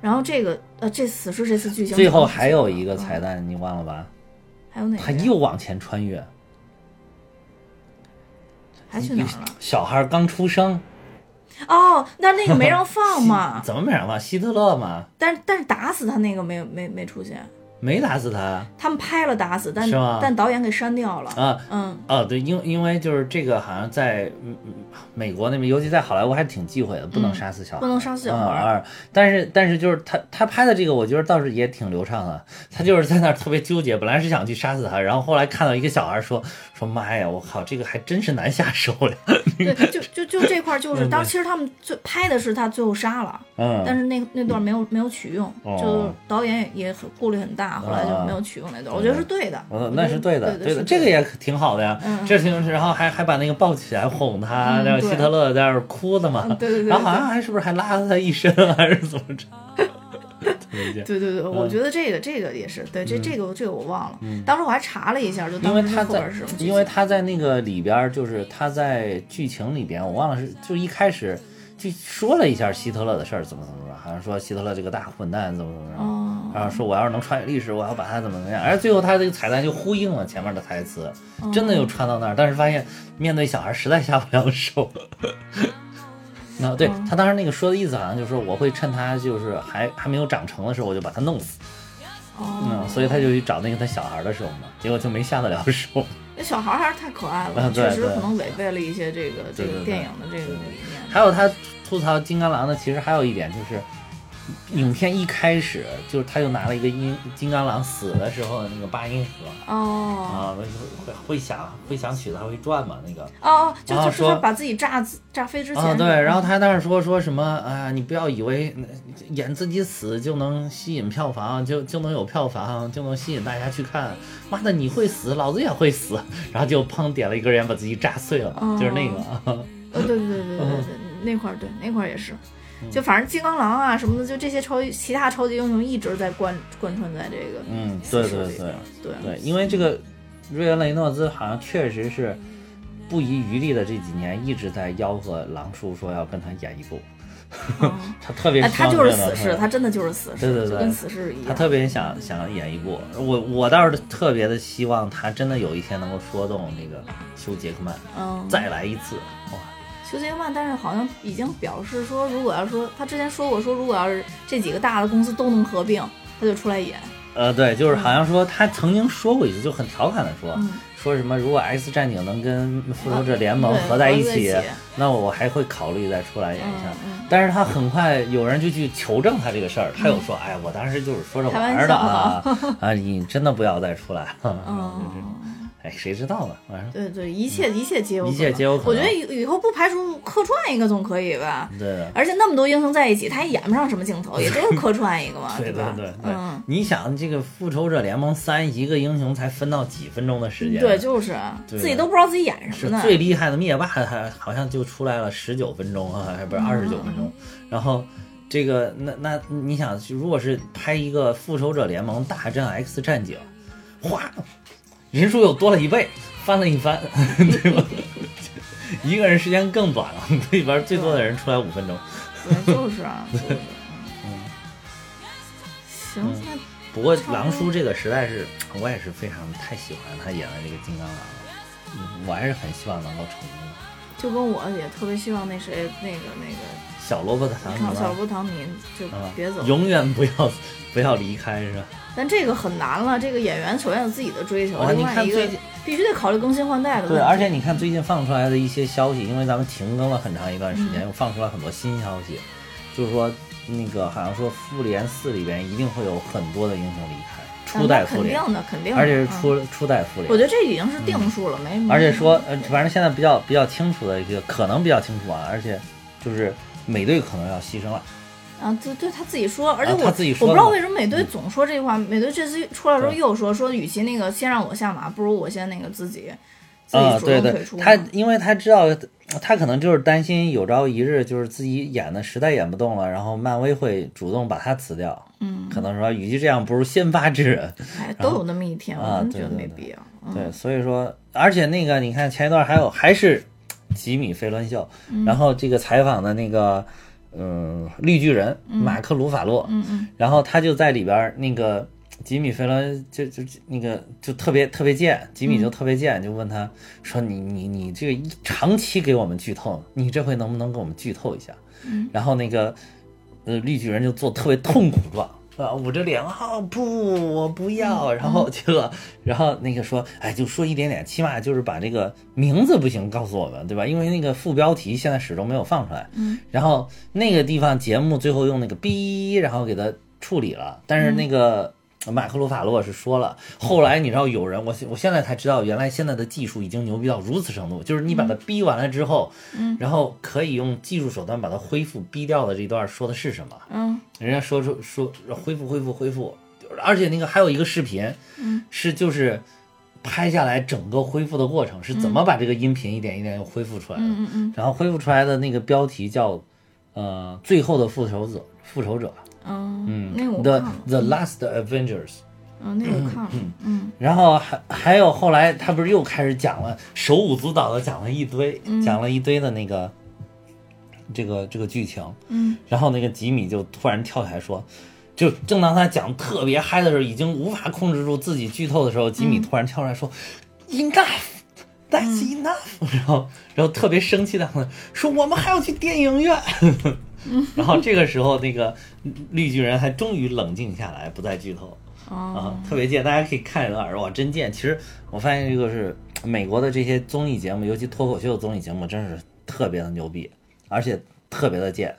然后这个呃，这死侍这次剧情最后还有一个彩才，蛋，你忘了吧？还有哪个呀？他又往前穿越，还去哪儿了？小孩刚出生，哦，那那个没让放嘛， (laughs) 怎么没人忘？希特勒嘛，但是但是打死他那个没有没没出现，没打死他他们拍了打死，但是吗但导演给删掉了。啊。嗯，哦，对，因因为就是这个，好像在嗯嗯美国那边，尤其在好莱坞，还挺忌讳的，不能杀死小孩，嗯不能杀死小孩嗯二但是但是就是他他拍的这个，我觉得倒是也挺流畅的。他就是在那儿特别纠结，本来是想去杀死他，然后后来看到一个小孩说说妈呀，我靠，这个还真是难下手呀。 (laughs) 对，就就就这块儿就是，当其实他们最拍的是他最后杀了，嗯，但是那那段没有没有取用，哦啊就是导演也很顾虑很大，后来就没有取用那段，我觉得是对的，嗯我，那觉得是对的，对嗯的，这个也挺好的呀，这挺，然后还还把那个抱起来哄他，然后希对特勒在那儿哭的嘛嗯，对对对然后好对像还是不是还拉了他一身，啊还是怎么着？特别贱对对对，嗯我觉得这个这个也是对，这这个这个我忘了，当时我还查了一下，就因为当时他后边在儿是什么剧情，因为他在那个里边儿，就是他在剧情里边，我忘了是就一开始就说了一下希特勒的事儿，怎么怎么着，好像说希特勒这个大混蛋怎么怎么着，哦然后说我要是能穿越历史，我要把他怎么怎么样，而最后他这个彩蛋就呼应了前面的台词，真的哦又穿到那儿，但是发现面对小孩实在下不了手。那哦对他当时那个说的意思，好像就是说我会趁他就是还还没有长成的时候，我就把他弄死。哦，嗯，所以他就去找那个他小孩的时候嘛，结果就没下得了手。那小孩儿还是太可爱啊了，对确实对可能违背了一些这个这对对个对电影的这个理念，还有他吐槽金刚狼的，其实还有一点就是，影片一开始就是他就拿了一个音金刚狼死的时候的那个八音盒哦。啊，会会响会响曲子还会转嘛那个。哦，就啊然后就说是把自己炸自炸飞之前啊，对，然后他在那儿说说什么啊？你不要以为呃演自己死就能吸引票房，就就能有票房，就能吸引大家去看。妈的，你会死，老子也会死。然后就砰点了一根烟，把自己炸碎了，就是那个啊。呃，对对对对对对，嗯那块儿对那块儿也是，就反正金刚狼啊什么的，就这些超级其他超级英雄一直在贯贯穿在这个嗯四对十对里对边对对，因为这个瑞恩·雷诺兹好像确实是不遗余力的，这几年一直在吆喝狼叔说要跟他演一部， (laughs) 他特别哎，希他望就是见到死士，他真的就是死对对士，就对跟死士一他样。特别想想演一部，我我倒是特别的希望他真的有一天能够说动那个休·杰克曼，嗯，再来一次，哇，休杰克曼，但是好像已经表示说，如果要说他之前说过，说如果要是这几个大的公司都能合并，他就出来演。呃，对，嗯就是好像说他曾经说过一次，就很调侃的说，说什么如果 X 战警能跟复仇者联盟啊对合在一合在一起，起嗯那我还会考虑再出来演一下。但是他很快有人就去求证他这个事儿，嗯他有说，哎，我当时就是说着玩儿的啊啊，你真的不要再出来了。 (laughs) 嗯，哎，谁知道呢？反正对对，一切一切皆有可能，一切皆有可能我觉得以以后不排除客串一个总可以吧？对的。而且那么多英雄在一起，他也演不上什么镜 (laughs) 头，也就是客串一个嘛，对啊吧？对对，嗯，你想这个复仇者联盟三一个英雄才分到几分钟的时间？啊对，就是啊对自己都不知道自己演什是么呢。最厉害的灭霸，他好像就出来了十九分钟啊，还不是二十九分钟。然后这个那那你想，如果是拍一个复仇者联盟大战 X 战警，哗，人数又多了一倍，翻了一番， (laughs) 对吧？一个人时间更短了，里边最多的人出来五分钟。对，就是 (laughs) 啊，就是。嗯，行，那不过狼叔这个实在是，我也是非常太喜欢他演的这个金刚狼了，嗯，我还是很希望能够成功的。就跟我也特别希望那谁，那个那个嗯小萝卜的唐看尼小拉波唐尼就啊，别走，永远不要不要离开是 (laughs) 吧？但这个很难了。这个演员首先有自己的追求哇，另你外看一个最近必须得考虑更新换代的问对，题。而且你看最近放出来的一些消息，因为咱们停更了很长一段时间，嗯又放出来很多新消息，就是说那个好像说复联四里边一定会有很多的英雄离开，初代那复肯联，定的，肯定的，而且是嗯。初初代复联我觉。得这已经是定数了，没。而且说，呃，反正现在比较比较清楚的一个，可能比较清楚啊，而且就是美队可能要牺牲了，啊，对对，他自己说，而且啊我、他自己说我不知道的嗯为什么美队总说这句话。美队这次出来的时候对又说说，与其那个先让我下马，不如我先那个自己自己啊，主对动对退出，嘛。他因为他知道，他可能就是担心有朝一日就是自己演的实在演不动了，然后漫威会主动把他辞掉。嗯，可能说，与其这样，不如先发制人。哎，都有那么一天，啊我真对觉得对没对必要。对，所以说，而且那个你看前一段还有还是吉米·费伦秀，嗯然后这个采访的那个嗯、绿巨人马克·鲁法洛，嗯嗯，然后他就在里边儿那个吉米·费伦就就就那个就特别特别贱，吉米就特别贱，就问他说你你你这个一长期给我们剧透，你这回能不能给我们剧透一下？然后那个呃绿巨人就做特别痛苦状，啊，捂着脸啊、不，我不要。然后结果，然后那个说，哎，就说一点点，起码就是把这个名字不行告诉我们，对吧？因为那个副标题现在始终没有放出来。嗯。然后那个地方节目最后用那个哔，然后给它处理了，但是那个。马克鲁法洛是说了，后来你知道有人，我现我现在才知道，原来现在的技术已经牛逼到如此程度，就是你把它逼完了之后，嗯，然后可以用技术手段把它恢复逼掉的这段说的是什么？嗯，人家说出说恢复恢复恢复，而且那个还有一个视频，嗯，是就是拍下来整个恢复的过程是怎么把这个音频一点一点又恢复出来的，嗯嗯，然后恢复出来的那个标题叫呃最后的复仇者复仇者，嗯，那个我看 The 了， The Last Avengers。嗯，那个我看了，嗯，然后还还有后来他不是又开始讲了，手舞足蹈的讲了一堆，讲了一堆的那个这个这个剧情。嗯，然后那个吉米就突然跳起来说，就正当他讲特别嗨的时候，已经无法控制住自己剧透的时候，吉米突然跳出来说、e n o u g h That's enough，、然后然后特别生气的说我们还要去电影院， (laughs) 然后这个时候那个绿巨人还终于冷静下来，不再剧透。啊，特别贱，大家可以看一段儿，哇，真贱！其实我发现这个是美国的这些综艺节目，尤其脱口秀综艺节目，真是特别的牛逼，而且特别的贱。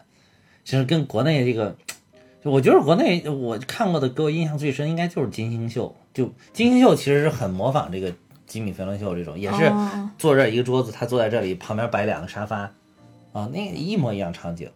其实跟国内这个，就我觉得国内我看过的给我印象最深，应该就是金星秀。就金星秀其实是很模仿这个吉米·菲伦秀这种，也是哦坐这儿一个桌子，他坐在这里，旁边摆两个沙发，啊，那个一模一样场景。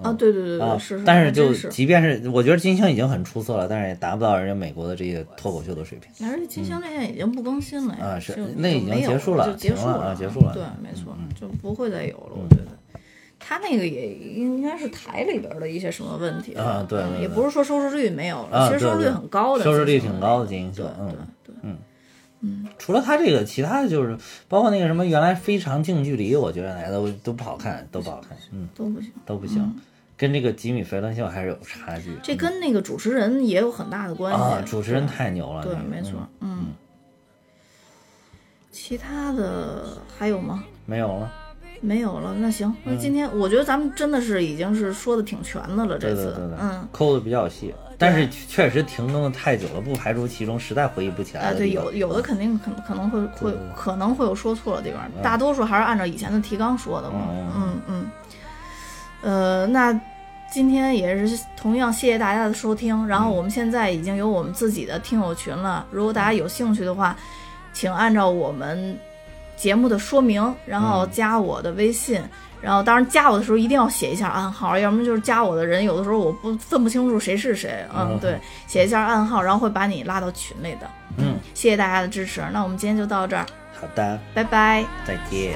啊，对对对啊对，，是，但还是就真是，即便是我觉得金星已经很出色了，但是也达不到人家美国的这些脱口秀的水平。而且金星那现在已经不更新了呀，嗯啊是就那已经就没有结束了就结停束了啊结束了嗯对，没错，就不会再有了，我觉得。他那个也应该是台里边的一些什么问题嗯啊对对对也不是说收视率没有了，啊其实收视对率对很高的，收视其率实挺高的金星秀对嗯对对，除了他这个，其他的就是包括那个什么原来非常近距离，我觉得哎都都不好看，都不好看，嗯，都不行。都不行，跟这个吉米·肥伦秀还是有差距。嗯这跟那个主持人也有很大的关系。啊，主持人太牛了，对，那个没错嗯，嗯。其他的还有吗？没有了。没有了，那行，那嗯今天我觉得咱们真的是已经是说的挺全的了，这对对次对对，，嗯，抠的比较细，但是确实停更的太久了，不排除其中实在回忆不起来啊，了。对，有有的肯定可可能会会可能会有说错的地方，大多数还是按照以前的提纲说的嘛，嗯嗯嗯，呃，那今天也是同样谢谢大家的收听，然后我们现在已经有我们自己的听友群了，如果大家有兴趣的话，请按照我们节目的说明，然后加我的微信。然后，当然加我的时候一定要写一下暗号，要么就是加我的人，有的时候我不分不清楚谁是谁，嗯，对，写一下暗号，然后会把你拉到群里的。嗯，谢谢大家的支持，那我们今天就到这儿，好的，拜拜。再见。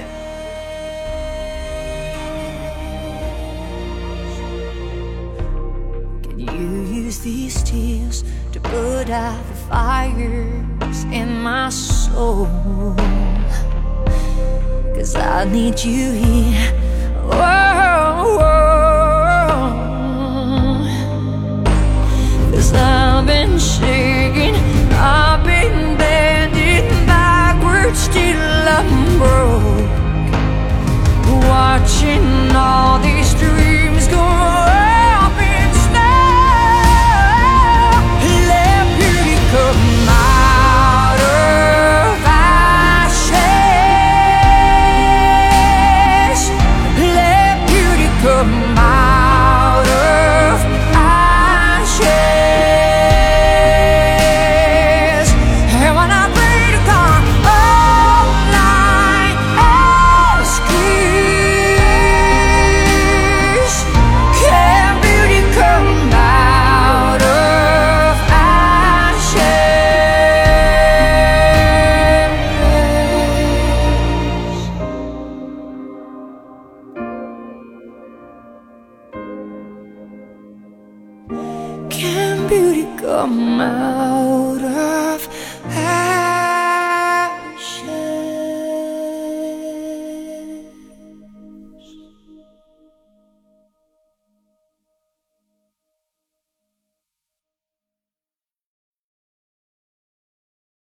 Can you use these tears to put out the fires in my soul? Cause I need you here. Oh, Cause I've been shaking, I've been bending backwards till I'm broke watching all these dreams go up in smoke. Let beauty come out of ashes. Let beauty come out of ashes. And when I pray to God all night, ask is, Can beauty come out of ashes? Can beauty come out?